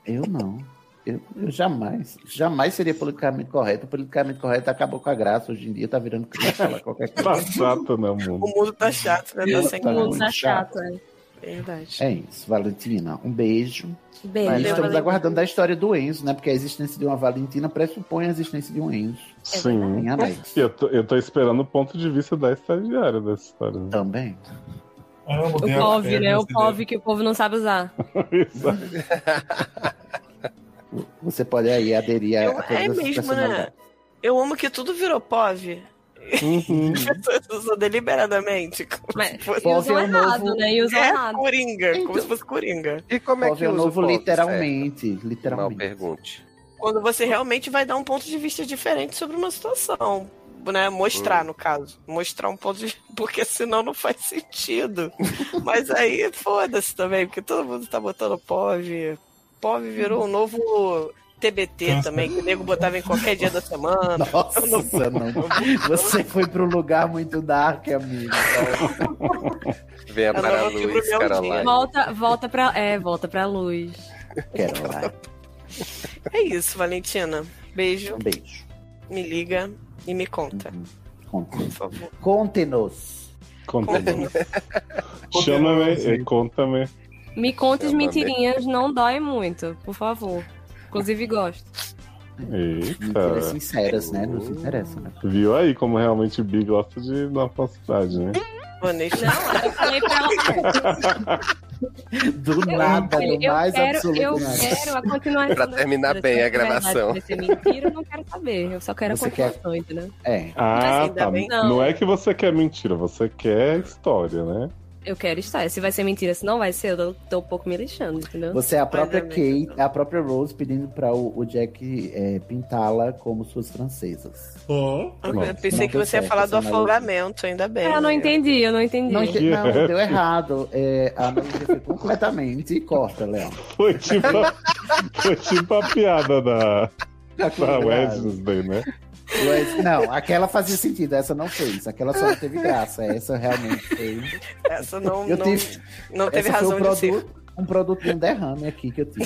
eu não. Eu, eu jamais, jamais seria politicamente correto. O politicamente correto acabou com a graça. Hoje em dia tá virando crime falar qualquer Tá coisa. chata, né, O mundo? mundo tá chato, né? Tá sem Tá mundo. muito Tá chato. chato, é. Verdade. É isso, Valentina. Um beijo. Beijo. E estamos Valentina. aguardando a história do Enzo, né? Porque a existência de uma Valentina pressupõe a existência de um Enzo. Sim. Em Alex. E eu tô, eu tô esperando o ponto de vista da estagiária dessa história. né? Também. Amo assim, O Deus, POV, né? O Deus, Deus. POV que o povo não sabe usar. Exato. Você pode aí aderir a, Eu- a todas é essas mesmo, né? personalidades. Eu amo que tudo virou POV. Uhum. As pessoas usam deliberadamente. Como se Mas, fosse... e usam POV é o errado, novo- né? E usam É errado. coringa, como Então- se fosse coringa. E como é Pove que é o usa o novo, ponto, literalmente. certo? Não, Literalmente. pergunte. Quando você realmente vai dar um ponto de vista diferente sobre uma situação. Né? Mostrar, Hum. no caso. Mostrar um ponto de Porque senão não faz sentido. Mas aí, foda-se também, porque todo mundo tá botando POV. POV virou um novo TBT também, que o nego botava em qualquer dia da semana. Nossa, não. Você foi para um lugar muito dark, amigo. Venha não para a vou te luz, prometer um Caroline. Volta, volta pra. É, volta pra luz. Quero lá. É isso, Valentina. Beijo, Um beijo. me liga e me conta, Conte- por favor. Conte-nos. Conta-me. Chama-me, é, conta-me. Me conte as Chama mentirinhas, não dói muito, por favor. Inclusive gosto. Ah. Mentiras Eita. sinceras, né? Nos interessa, né? Viu aí como realmente o Big gosta de dar falsidade, né? Vanessa. Não, eu falei pra ela. Do nada, Olha, do mais quero, absoluto Eu nada. quero a continuação. Pra da terminar história. bem a Se de verdade gravação. Vai ser mentira, eu não quero saber. Eu só quero Você a continuação, entendeu? É. Ah, ainda tá. bem- Não. é que você quer mentira, você quer história, né? Eu quero história. Se vai ser mentira, se não vai ser, eu tô- tô um pouco me lixando, entendeu? Você é a própria Mas é Kate, mesmo. a própria Rose pedindo para o, o Jack é, pintá-la como suas francesas. Oh. Eu Nossa, pensei não que deu você ia certo falar do essa analogia. afogamento, ainda bem. Eu Ah, não né? entendi, eu não entendi. é. Não, entendi. ente- não, deu errado. É, a analogia foi completamente. Corta, Léo. Foi tipo, a- foi tipo a piada da, Tá, Já claro. Wednesday, né? Mas, não, aquela fazia sentido, essa não fez. Aquela só teve graça, essa realmente foi. Essa não, Eu não, tive- não teve essa razão foi um de ser. produto, um produto de um derrame aqui que eu tive.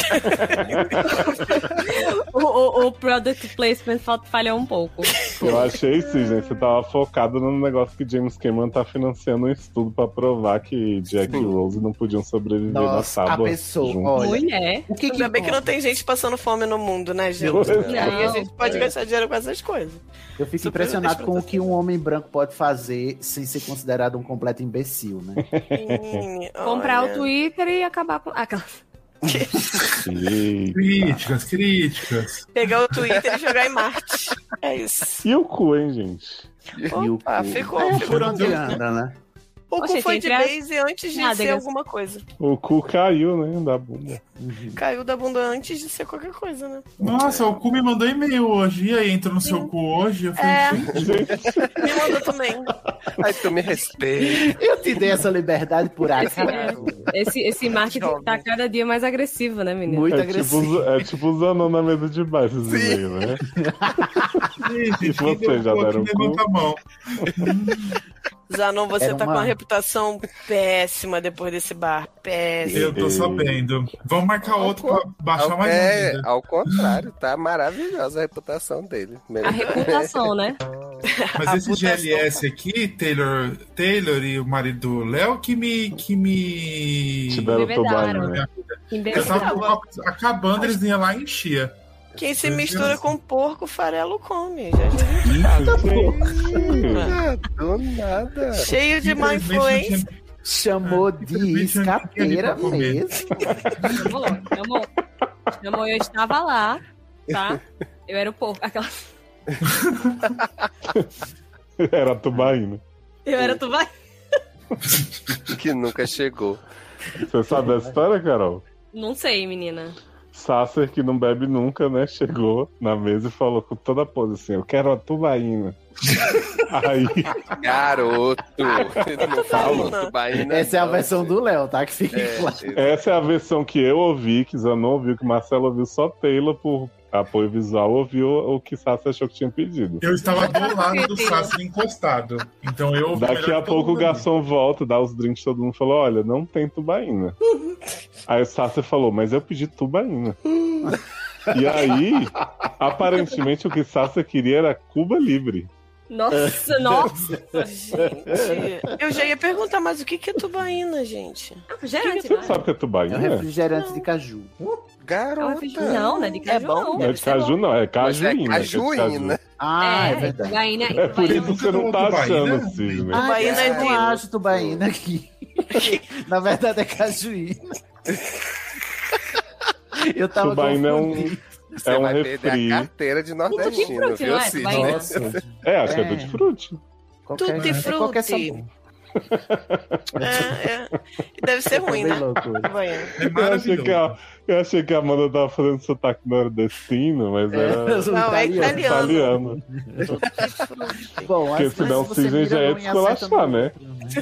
O, o, o product placement fal- falhou um pouco. Eu achei isso, gente. Você tava focado no negócio que James Cameron tá financiando um estudo pra provar que Jack e Rose não podiam sobreviver na Nossa, tábua. a pessoa, juntos. Mulher. O que Ainda bem que não tem gente passando fome no mundo, né, gente? Não. Aí a gente pode É. gastar dinheiro com essas coisas. Eu fico impressionado com o que um homem branco pode fazer sem ser considerado um completo imbecil, né? Comprar o Twitter e acabar com. Ah, aquela- Críticas, críticas. Pegar o Twitter e jogar em Marte. É isso. E o cu, hein, gente? E o Opa, cu. ficou- É, ficou por onde tudo. anda, né? O cu Poxa, foi tem de que- base antes de Nada, ser Gas- alguma coisa. O cu caiu, né? Da bunda. Caiu da bunda antes de ser qualquer coisa, né? Nossa, o cu me mandou e-mail hoje. E aí, entrou no seu cu hoje? Eu falei, É. gente. Me mandou também. Aí tu me respeita. Eu te dei essa liberdade por Esse, né? acaso. esse, esse marketing tá cada dia mais agressivo, né, menina? é Tipo, é tipo os anão na mesa de baixo, esses aí, né? e vocês já deram cu? a mão. Zanon, você Era tá com uma- uma reputação péssima depois desse bar. Péssima. Eu tô sabendo. Vamos Tá marcar outro pra baixar Ao- mais é, ainda. ao contrário, tá maravilhosa a reputação dele. A reputação, né? Mas esse GLS aqui, Taylor, Taylor e o marido do Léo, que me. Que me... Te deram trabalho, né? Eu tá tava com o copo acabando, eles iam lá e enchia. Quem se Meu mistura Deus. com porco, farelo come. Já já tá Ah, Do nada. Cheio de má influência. Chamou de escapeira mesmo. Chamou, chamou. Chamou, eu estava lá, tá? Eu era o porco. Aquela... Era tubaína. Eu era tu vai. Que nunca chegou. Você sabe dessa história, Carol? Não sei, menina. Sasser, que não bebe nunca, né? Chegou na mesa e falou com toda a pose assim: Eu quero a tubaína. Aí. Garoto! Ele não falou tubaína. Essa é a versão do Léo, tá? Que fica assim. É, claro. Essa é a versão que eu ouvi, que Zanon ouviu, que Marcelo ouviu, só Taylor, por apoio visual, ouviu o que Sassi achou que tinha pedido. Eu estava do lado do Sassi encostado. Então eu ouvi Daqui melhor a que todo pouco o mundo. garçom volta, dá os drinks, todo mundo falou: olha, não tem tubaína. aí o Sassi falou, mas eu pedi tubaína. e aí, aparentemente, o que Sassi queria era Cuba Livre. É. Nossa, nossa. Gente, eu já ia perguntar, mas o que que é tubaína, gente? Refrigerante, Você sabe o que é tubaína? É um refrigerante de caju. Garota. Não, né? De caju não. Não é de caju, não, é cajuína. Mas é que de caju. cajuína. Ah, é, É, verdade. tubaína- É por isso que você não tá Tubaína? achando, Cisne. Ah, Tubaína é eu não gelo. acho tubaína aqui. Na verdade é cajuína. Eu tava Tubaína é um, confundindo. é um vai perder refri. a carteira de nordestino, frute, viu, não é? Cid? Tubaína. É, acho que é tutti frutti. Qualquer- Tutti é frutti. Qualquer sabor. É, E Deve ser ruim, né? Bem loucura. Tubaína. É eu, achei que a, eu achei que a Amanda tava fazendo sotaque nordestino, mas É, era não, é italiano. italiano. Tá Bom, Porque as senão o coisas que você Cisne já é ia vira não ia acertando. descolachar, né?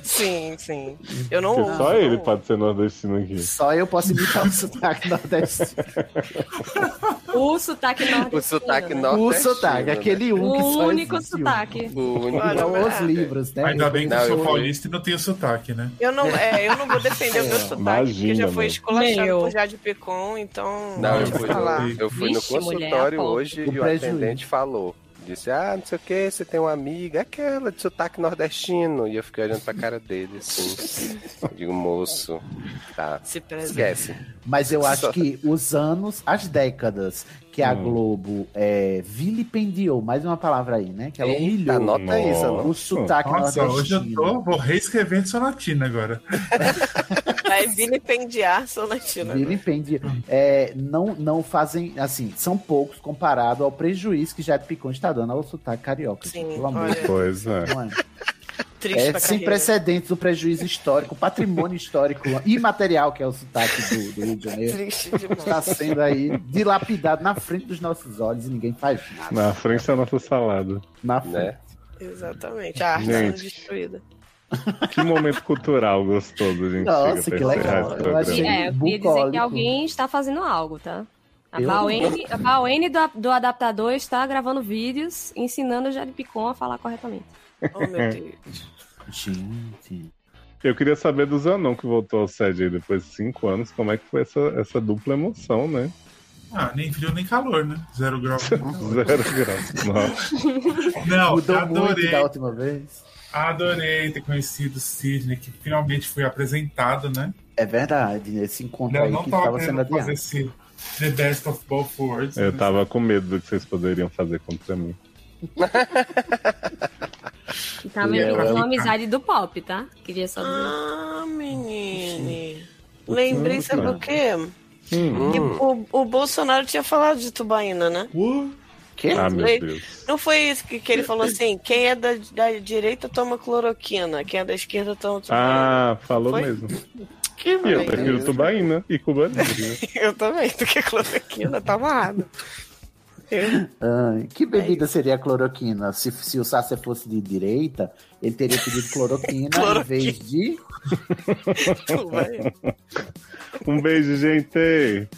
Sim, sim. Eu não Porque uso. só ele pode ser nordestino aqui. Só eu posso imitar o sotaque nordestino. O sotaque nordestino. O sotaque né? nordestino. O sotaque, né? aquele um que O só único existe. sotaque. O único. Igual os livros, É né? Ainda bem que Não, eu eu- sou paulista e não tenho sotaque, né? Eu não, é, eu não vou defender o meu sotaque, porque Imagina, já foi meu. esculachado por Jade Picon, então. Não, eu deixa fui, falar. eu fui no Vixe, mulher, consultório aposta. hoje O e o prejuízo. atendente falou. Disse, ah, não sei o que, você tem uma amiga, é aquela de sotaque nordestino. E eu fiquei olhando pra cara dele, assim. Eu digo, moço, tá, esquece. Mas eu acho Só- que os anos, as décadas que Hum. a Globo é, vilipendiou, mais uma palavra aí, né? Que ela Eita, humilhou anota aí, Zana. o sotaque Nossa, hoje nordestino. eu tô, vou reescrever sonatina agora. Vai vilipendiar Sonatina. Vilipendiou. É, não, não fazem, assim, são poucos comparado ao prejuízo que Jade Picon está dando ao sotaque carioca. Sim, pelo amor olha. tá de Deus. Pois é. Não é? Triste É pra sem carreira. precedentes o prejuízo histórico, o patrimônio histórico imaterial que é o sotaque do, do Rio de Janeiro. Triste demais. Está sendo aí dilapidado na frente dos nossos olhos e ninguém faz nada. Na é frente da nossa salada. Na né? Né? frente. Exatamente. A arte sendo Gente. destruída. Que momento cultural gostoso, gente. chega Nossa, pra que legal. encerrar esse Eu achei- programa. é, eu ia dizer que alguém está fazendo algo, tá? A Valene, a Valene do, do adaptador está gravando vídeos ensinando o Jade Picon a falar corretamente. Oh, meu Deus. Gente. Eu queria saber do Zanon que voltou ao SED aí depois de cinco anos, como é que foi essa, essa dupla emoção, né? Ah, nem frio nem calor, né? Zero grau. Zero grau. Nossa. Não, Mudou adorei. muito tá? da última vez. Adorei ter conhecido o Sidney, que finalmente foi apresentado, né? É verdade, esse encontro Eu aí não que tava estava querendo sendo adiado. fazer esse The Best of Both Worlds. Eu né? tava com medo do que vocês poderiam fazer contra mim. E tá Léo melhor é com um a cara. amizade do pop, tá? Queria só dizer. Ah, menine. Lembrei, sabe Hum. o quê? Hum. Que o, o Bolsonaro tinha falado de Tubaína, né? Que? Ah, meu Ele- Deus. Não foi isso que, que ele falou assim? Quem é da, da direita toma cloroquina, quem é da esquerda toma tubaína. Ah, falou Foi? mesmo. Que E eu merda. prefiro tubaína e cubaninho. né? Eu também, do que cloroquina, tá amarrado. Eu- Ai, Ah, que bebida seria a cloroquina? Se, se o Sácer fosse de direita, ele teria pedido cloroquina, em vez de. um beijo, gente.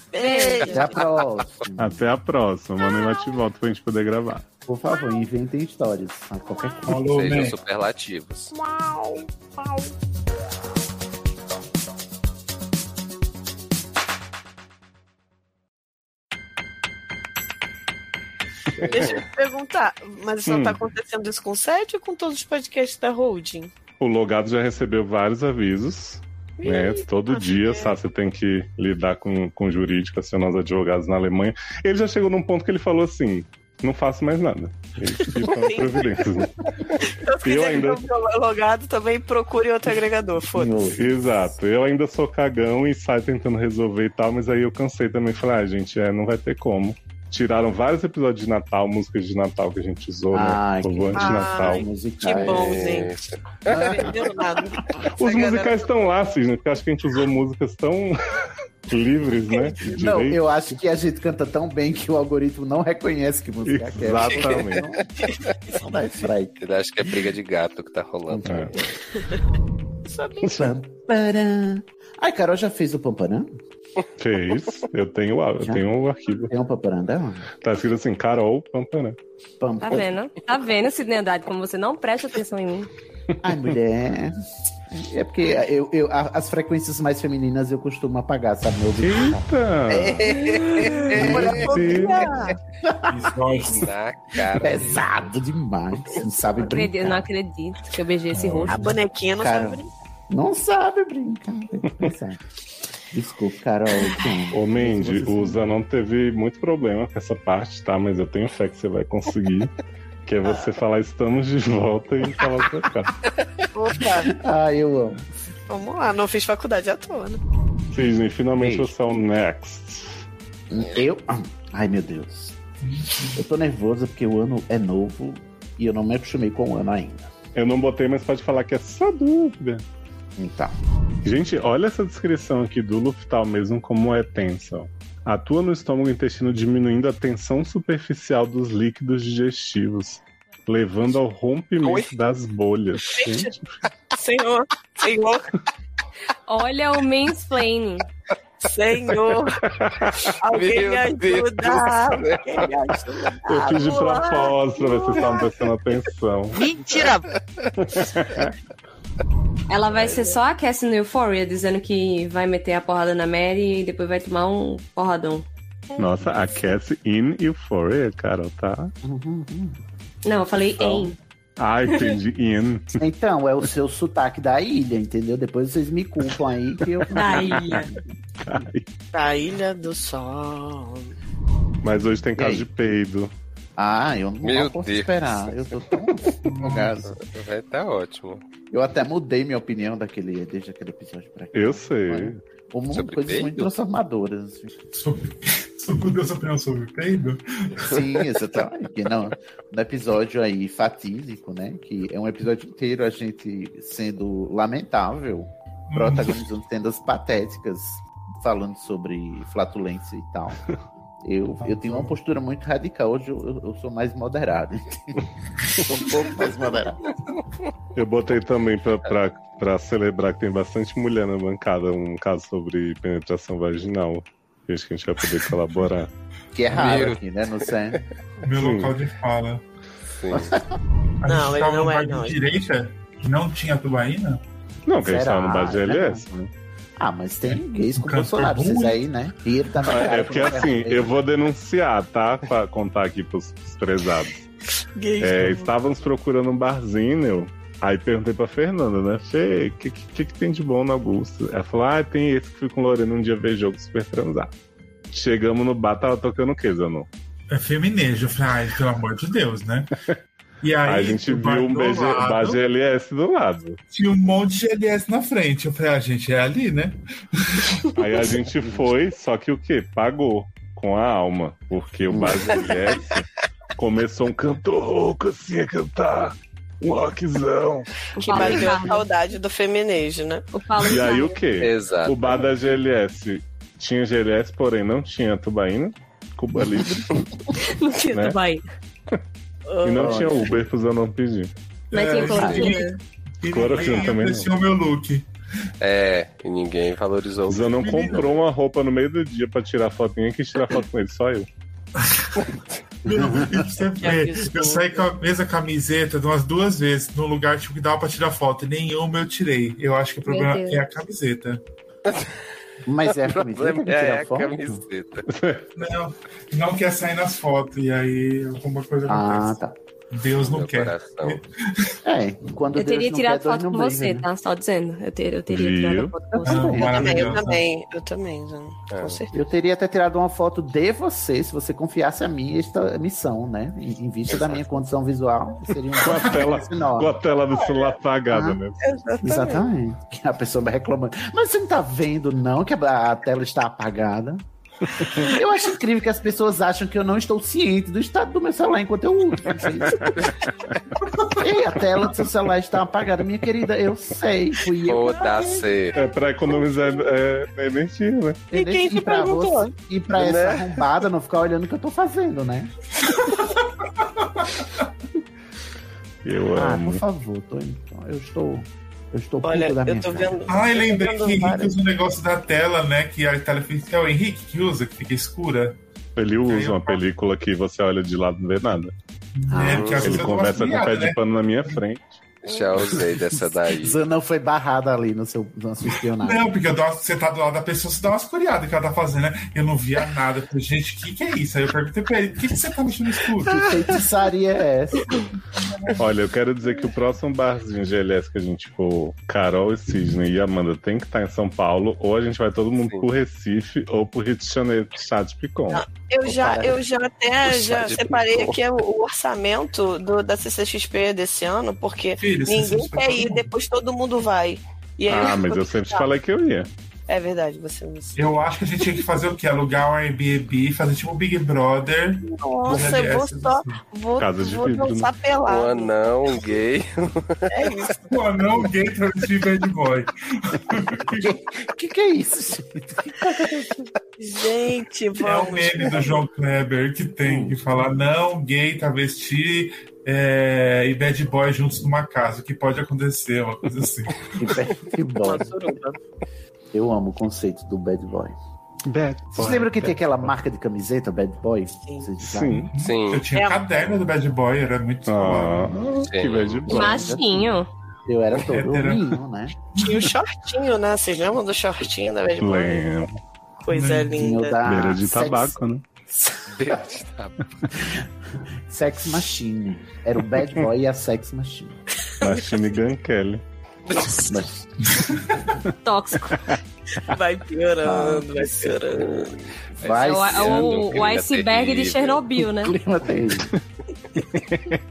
Até a próxima. Até a próxima. Mandem bate e volta pra gente poder gravar. Por favor, inventem histórias. A qualquer coisa. Sejam superlativos. Deixa eu te perguntar, mas só Hum. tá acontecendo isso com o Sete ou com todos os podcasts da Holding? O Logado já recebeu vários avisos. Né? Todo dia, sabe, você tem que lidar com, com jurídico, acionar os advogados na Alemanha. Ele já chegou num ponto que ele falou assim: não faço mais nada. Eles que tomam as providências. né? Então, se Eu quiser ainda- ainda... logado, também procure outro agregador, foda-se. Exato. Eu ainda sou cagão e saio tentando resolver e tal, mas aí eu cansei também. Falei, ah, gente, é, não vai ter como. Tiraram vários episódios de Natal, músicas de Natal que a gente usou, né? Ai, que- O anti-Natal. Ai, musicais. que bom, gente. Não perdeu nada. Os musicais estão lá, Cisne, porque acho que a gente usou músicas tão livres, né? de Não, direito. eu acho que a gente canta tão bem que o algoritmo não reconhece que música é aquela. Exatamente. Eu acho que é briga de gato que tá rolando. É. Pamparã. Ai, Carol já fez o Pamparã? Fez. Eu tenho, a- eu Já? tenho um arquivo. Tem um Pamparã dela? Tá escrito assim, Carol Pamparã. Tá vendo? Tá vendo, Sidney Andrade, como você não presta atenção em mim. Ai, mulher. É porque eu, eu- a- as frequências mais femininas eu costumo apagar, sabe? Meu ouvido? é Na cara. tá Pesado demais. Não sabe Não acredito, brincar. não acredito que eu beijei esse rosto. A bonequinha não Cara, sabe brincar. Não sabe brincar. Tem que pensar. Desculpa, Carol. É. Ô, Mandy, o Zanon teve muito problema com essa parte, tá? Mas eu tenho fé que você vai conseguir. Que é você falar estamos de volta e falar pra cá. Opa, Ah, eu amo. vamos lá, não fiz faculdade à toa, né? Cisne, finalmente você é o Next. Eu? Ai, meu Deus. Eu tô nervosa porque o ano é novo e eu não me acostumei com o ano ainda. Eu não botei, mas pode falar que é só dúvida. Então. Gente, olha essa descrição aqui do Luftal mesmo, como é tensa. ó. Atua no estômago e intestino diminuindo a tensão superficial dos líquidos digestivos, levando ao rompimento das bolhas. Gente, Senhor, senhor, Olha o mansplaining. senhor. Alguém Meu me Deus ajuda. Alguém me ajuda. eu fiz de Vamos lá. propósito pra ver se vocês estavam prestando atenção. Mentira! Ela vai ser só a Cassie no Euphoria, dizendo que vai meter a porrada na Mary e depois vai tomar um porradão. Nossa, a Cassie in Euphoria, cara, tá? Não, eu falei em. Ah, entendi, in. Então, é o seu sotaque da ilha, entendeu? Depois vocês me culpam aí que eu. Da ilha. Da Ilha do Sol. Mas hoje tem caso E aí? de peido. Ah, eu não Meu posso Deus. esperar. Eu tô tão Uhum. empolgado. Vai tá ótimo. Eu até mudei minha opinião daquele, desde aquele episódio pra cá. Eu sei. Um monte de Sobre coisas peido? muito transformadoras. assim. hum, Sobre Deus opinião sobre peido? Sim, exatamente. Não, no episódio aí fatídico, né? Que é um episódio inteiro a gente sendo lamentável, Hum. Hum, protagonizando tendas patéticas, falando sobre flatulência e tal. Eu, eu tenho uma postura muito radical, hoje eu, eu sou mais moderado. sou um pouco mais moderado. Eu botei também pra, pra, pra celebrar que tem bastante mulher na bancada um caso sobre penetração vaginal. Acho que a gente vai poder colaborar. Que é raro Primeiro. aqui, né? No CEM. Meu Sim. local de fala. Sim. A Não, gente ele tava não num é, bar de não. direita que não tinha tubaína? Não, porque a gente tava no bar de Será? LS, né? Ah, mas tem gays com Cantor Bolsonaro, vocês ruim. aí, né? Dinheiro tá na Ah, cara É do porque assim, governo. eu vou denunciar, tá? Pra contar aqui pros, pros prezados. Gays, É, estávamos procurando um barzinho, aí perguntei pra Fernanda, né? Fê, o que, que, que tem de bom no Augusto? Ela falou, ah, tem esse que fui com o Lorena um dia ver jogo super transar. Chegamos no bar, tava tocando o quê, Zanon? É feminejo. Eu falei, ai, pelo amor de Deus, né? E aí, a gente do bar viu um do BG, lado- bar GLS do lado. Tinha um monte de GLS na frente. Eu falei, ah, gente, é ali, né? Aí a gente foi, só que o quê? Pagou com a alma. Porque o Basilés começou um cantor rouco assim a cantar. Um rockzão. Que bateu a saudade do feminejo, né? E aí o quê? Exato. O bar da GLS tinha GLS, porém não tinha tubaína, Cuba Livre, Não tinha Né? Tubaí. e não Ah, tinha Uber pros eu não pedir. É, Mas tem cloroquina. né? Cloroquina também não. meu look. É, e ninguém valorizou. Eu não comprou uma roupa no meio do dia pra tirar foto. Ninguém quis tirar foto com ele, só eu. E pra você ver, eu saí com a mesma camiseta de umas duas vezes num lugar tipo, que dava pra tirar foto. E nenhuma eu tirei. Eu acho que o Meu problema Deus. é a camiseta. Mas é a camiseta que problema tira é a foto? Não, não quer sair nas fotos. E aí alguma coisa Ah, acontece. tá. Deus não quer. É, quando Eu teria Deus não tirado quer, Deus foto não com vem, você, né? tá? Só dizendo. Eu teria, eu teria tirado a foto com Ah, você. Eu também, Eu também, eu também, Zan. É. Com certeza. Eu teria até tirado uma foto de você, se você confiasse a minha esta missão, né? Em em vista da minha condição visual, seria um Com a tela, com a tela do celular apagada, Ah, né? Exatamente. Que a pessoa vai reclamando. Mas você não tá vendo, não, que a, a tela está apagada? Eu acho incrível que as pessoas acham que eu não estou ciente do estado do meu celular enquanto eu uso. Ei, a tela do seu celular está apagada. Minha querida, eu sei. Fui eu. Foda-se. É pra economizar é, energia, né? Eu deixo- e pra você- E pra Né? essa arrombada não ficar olhando o que eu tô fazendo, né? Eu ah, amo. por favor, tô, eu estou. Eu estou puto Olha, da minha eu tô cara. vendo. Ai, eu tô lembrei vendo que Henrique várias- usa um negócio da tela, né? Que a tela fica. É o Henrique que usa, que fica escura. Ele usa uma película que você olha de lado e não vê nada. Ah. É, porque às vezes Ele eu dou conversa umas com o pé piadas, né? de pano na minha frente. Já usei dessa daí. Zanão foi barrada ali no seu, na sua espionagem. Não, porque eu dou uma- você tá do lado da pessoa, você dá umas curiadas que ela tá fazendo, né? Eu não via nada. Eu falei, gente, o que, que é isso? Aí eu perguntei pra ele, o que, que você tá mexendo escuro? Que feitiçaria é essa? Olha, eu quero dizer que o próximo barzinho GLS que a gente for, Carol e Sidney e Amanda, tem que estar em São Paulo, ou a gente vai todo mundo pro Recife ou pro Rio de Janeiro, pro Chá de Picon. Eu já, eu já até Puxar já de separei picô. aqui o, o orçamento do, da CCXP desse ano, porque Filho, ninguém CCXP quer ir, depois todo mundo vai. E aí tá Ah, fico mas eu sempre desesperado. falei que eu ia. É verdade, você me disse. Eu acho que a gente tinha que fazer o quê? Alugar um Airbnb, fazer tipo um Big Brother. Nossa, eu vou é só. Vou, Casa de vou vidro, dançar né? pelado. Um anão, um gay. É isso. Um anão gay travesti bad boy. O que, que é isso, gente? Gente, É vamos. o meme do João Kleber que tem que falar não, gay, travesti é, e bad boy juntos numa casa. O que pode acontecer? Uma coisa assim. Que bom. Eu amo o conceito do bad boy. Vocês lembram que tem aquela marca de camiseta, Bad Boy? Sim. Sim. Eu tinha É. caderno do Bad Boy, era muito ah, que bad boy. Machinho. Eu era todo Hétero. menino, né? Tinha o shortinho, né? Vocês lembram do shortinho da Bad Boy? Lembro. Coisa linda. Beira de tabaco, né? Beira de tabaco. Sex Machine. Era o Bad Boy e a Sex Machine. Machine Gun Kelly. Mas- Tóxico. Vai piorando, vai piorando. Vai É o- sendo o- um o clima iceberg de terrível. Chernobyl, né? clima terrível.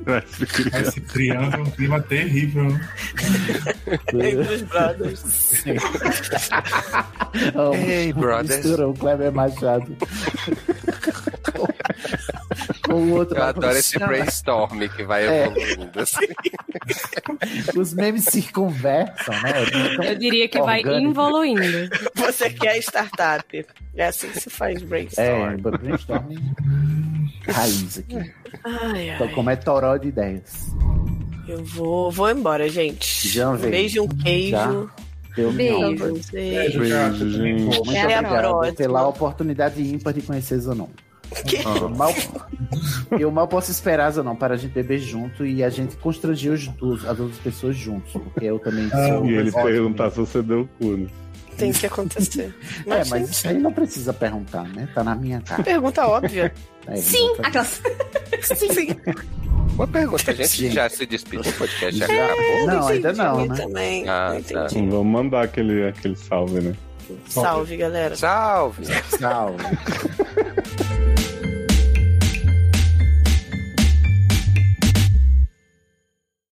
Vai se criando. Vai se criando um clima terrível. né? Entre os brothers. Amo. Ei, brothers. Misturou Então, o Kleber Machado. com o outro. Eu lá, adoro como esse chama? brainstorm que vai É. evoluindo. assim. Os memes se conversam, né? Eu diria que vai Orgânico. evoluindo. Você quer startup. É assim que se faz brainstorm. É, brainstorming raiz aqui. Ai, Então, ai. como é toró de ideias. Eu vou, vou embora, gente. Já, um velho. beijo, um queijo. Já. Deu Beijo. minhoca. Beijo, gato. gente. Até Muito a obrigado próxima. pela oportunidade ímpar de conhecer Zanon. Eu mal, eu mal posso esperar, Zanon, para a gente beber junto e a gente constranger os dois, as outras pessoas juntos, porque eu também sou. Ah, e ele é ótimo. perguntar se você deu o cu, né? Tem que acontecer. É, Mas, mas isso aí não precisa perguntar, né? Tá na minha cara. Pergunta óbvia. É, Sim, aquelas. Sim, sim. Boa pergunta, a gente já se despediu, o podcast já Não, acabou. não, ainda não, né? também. Ah, tá. Vamos mandar aquele, aquele salve, né? Salve, galera. Salve. Salve.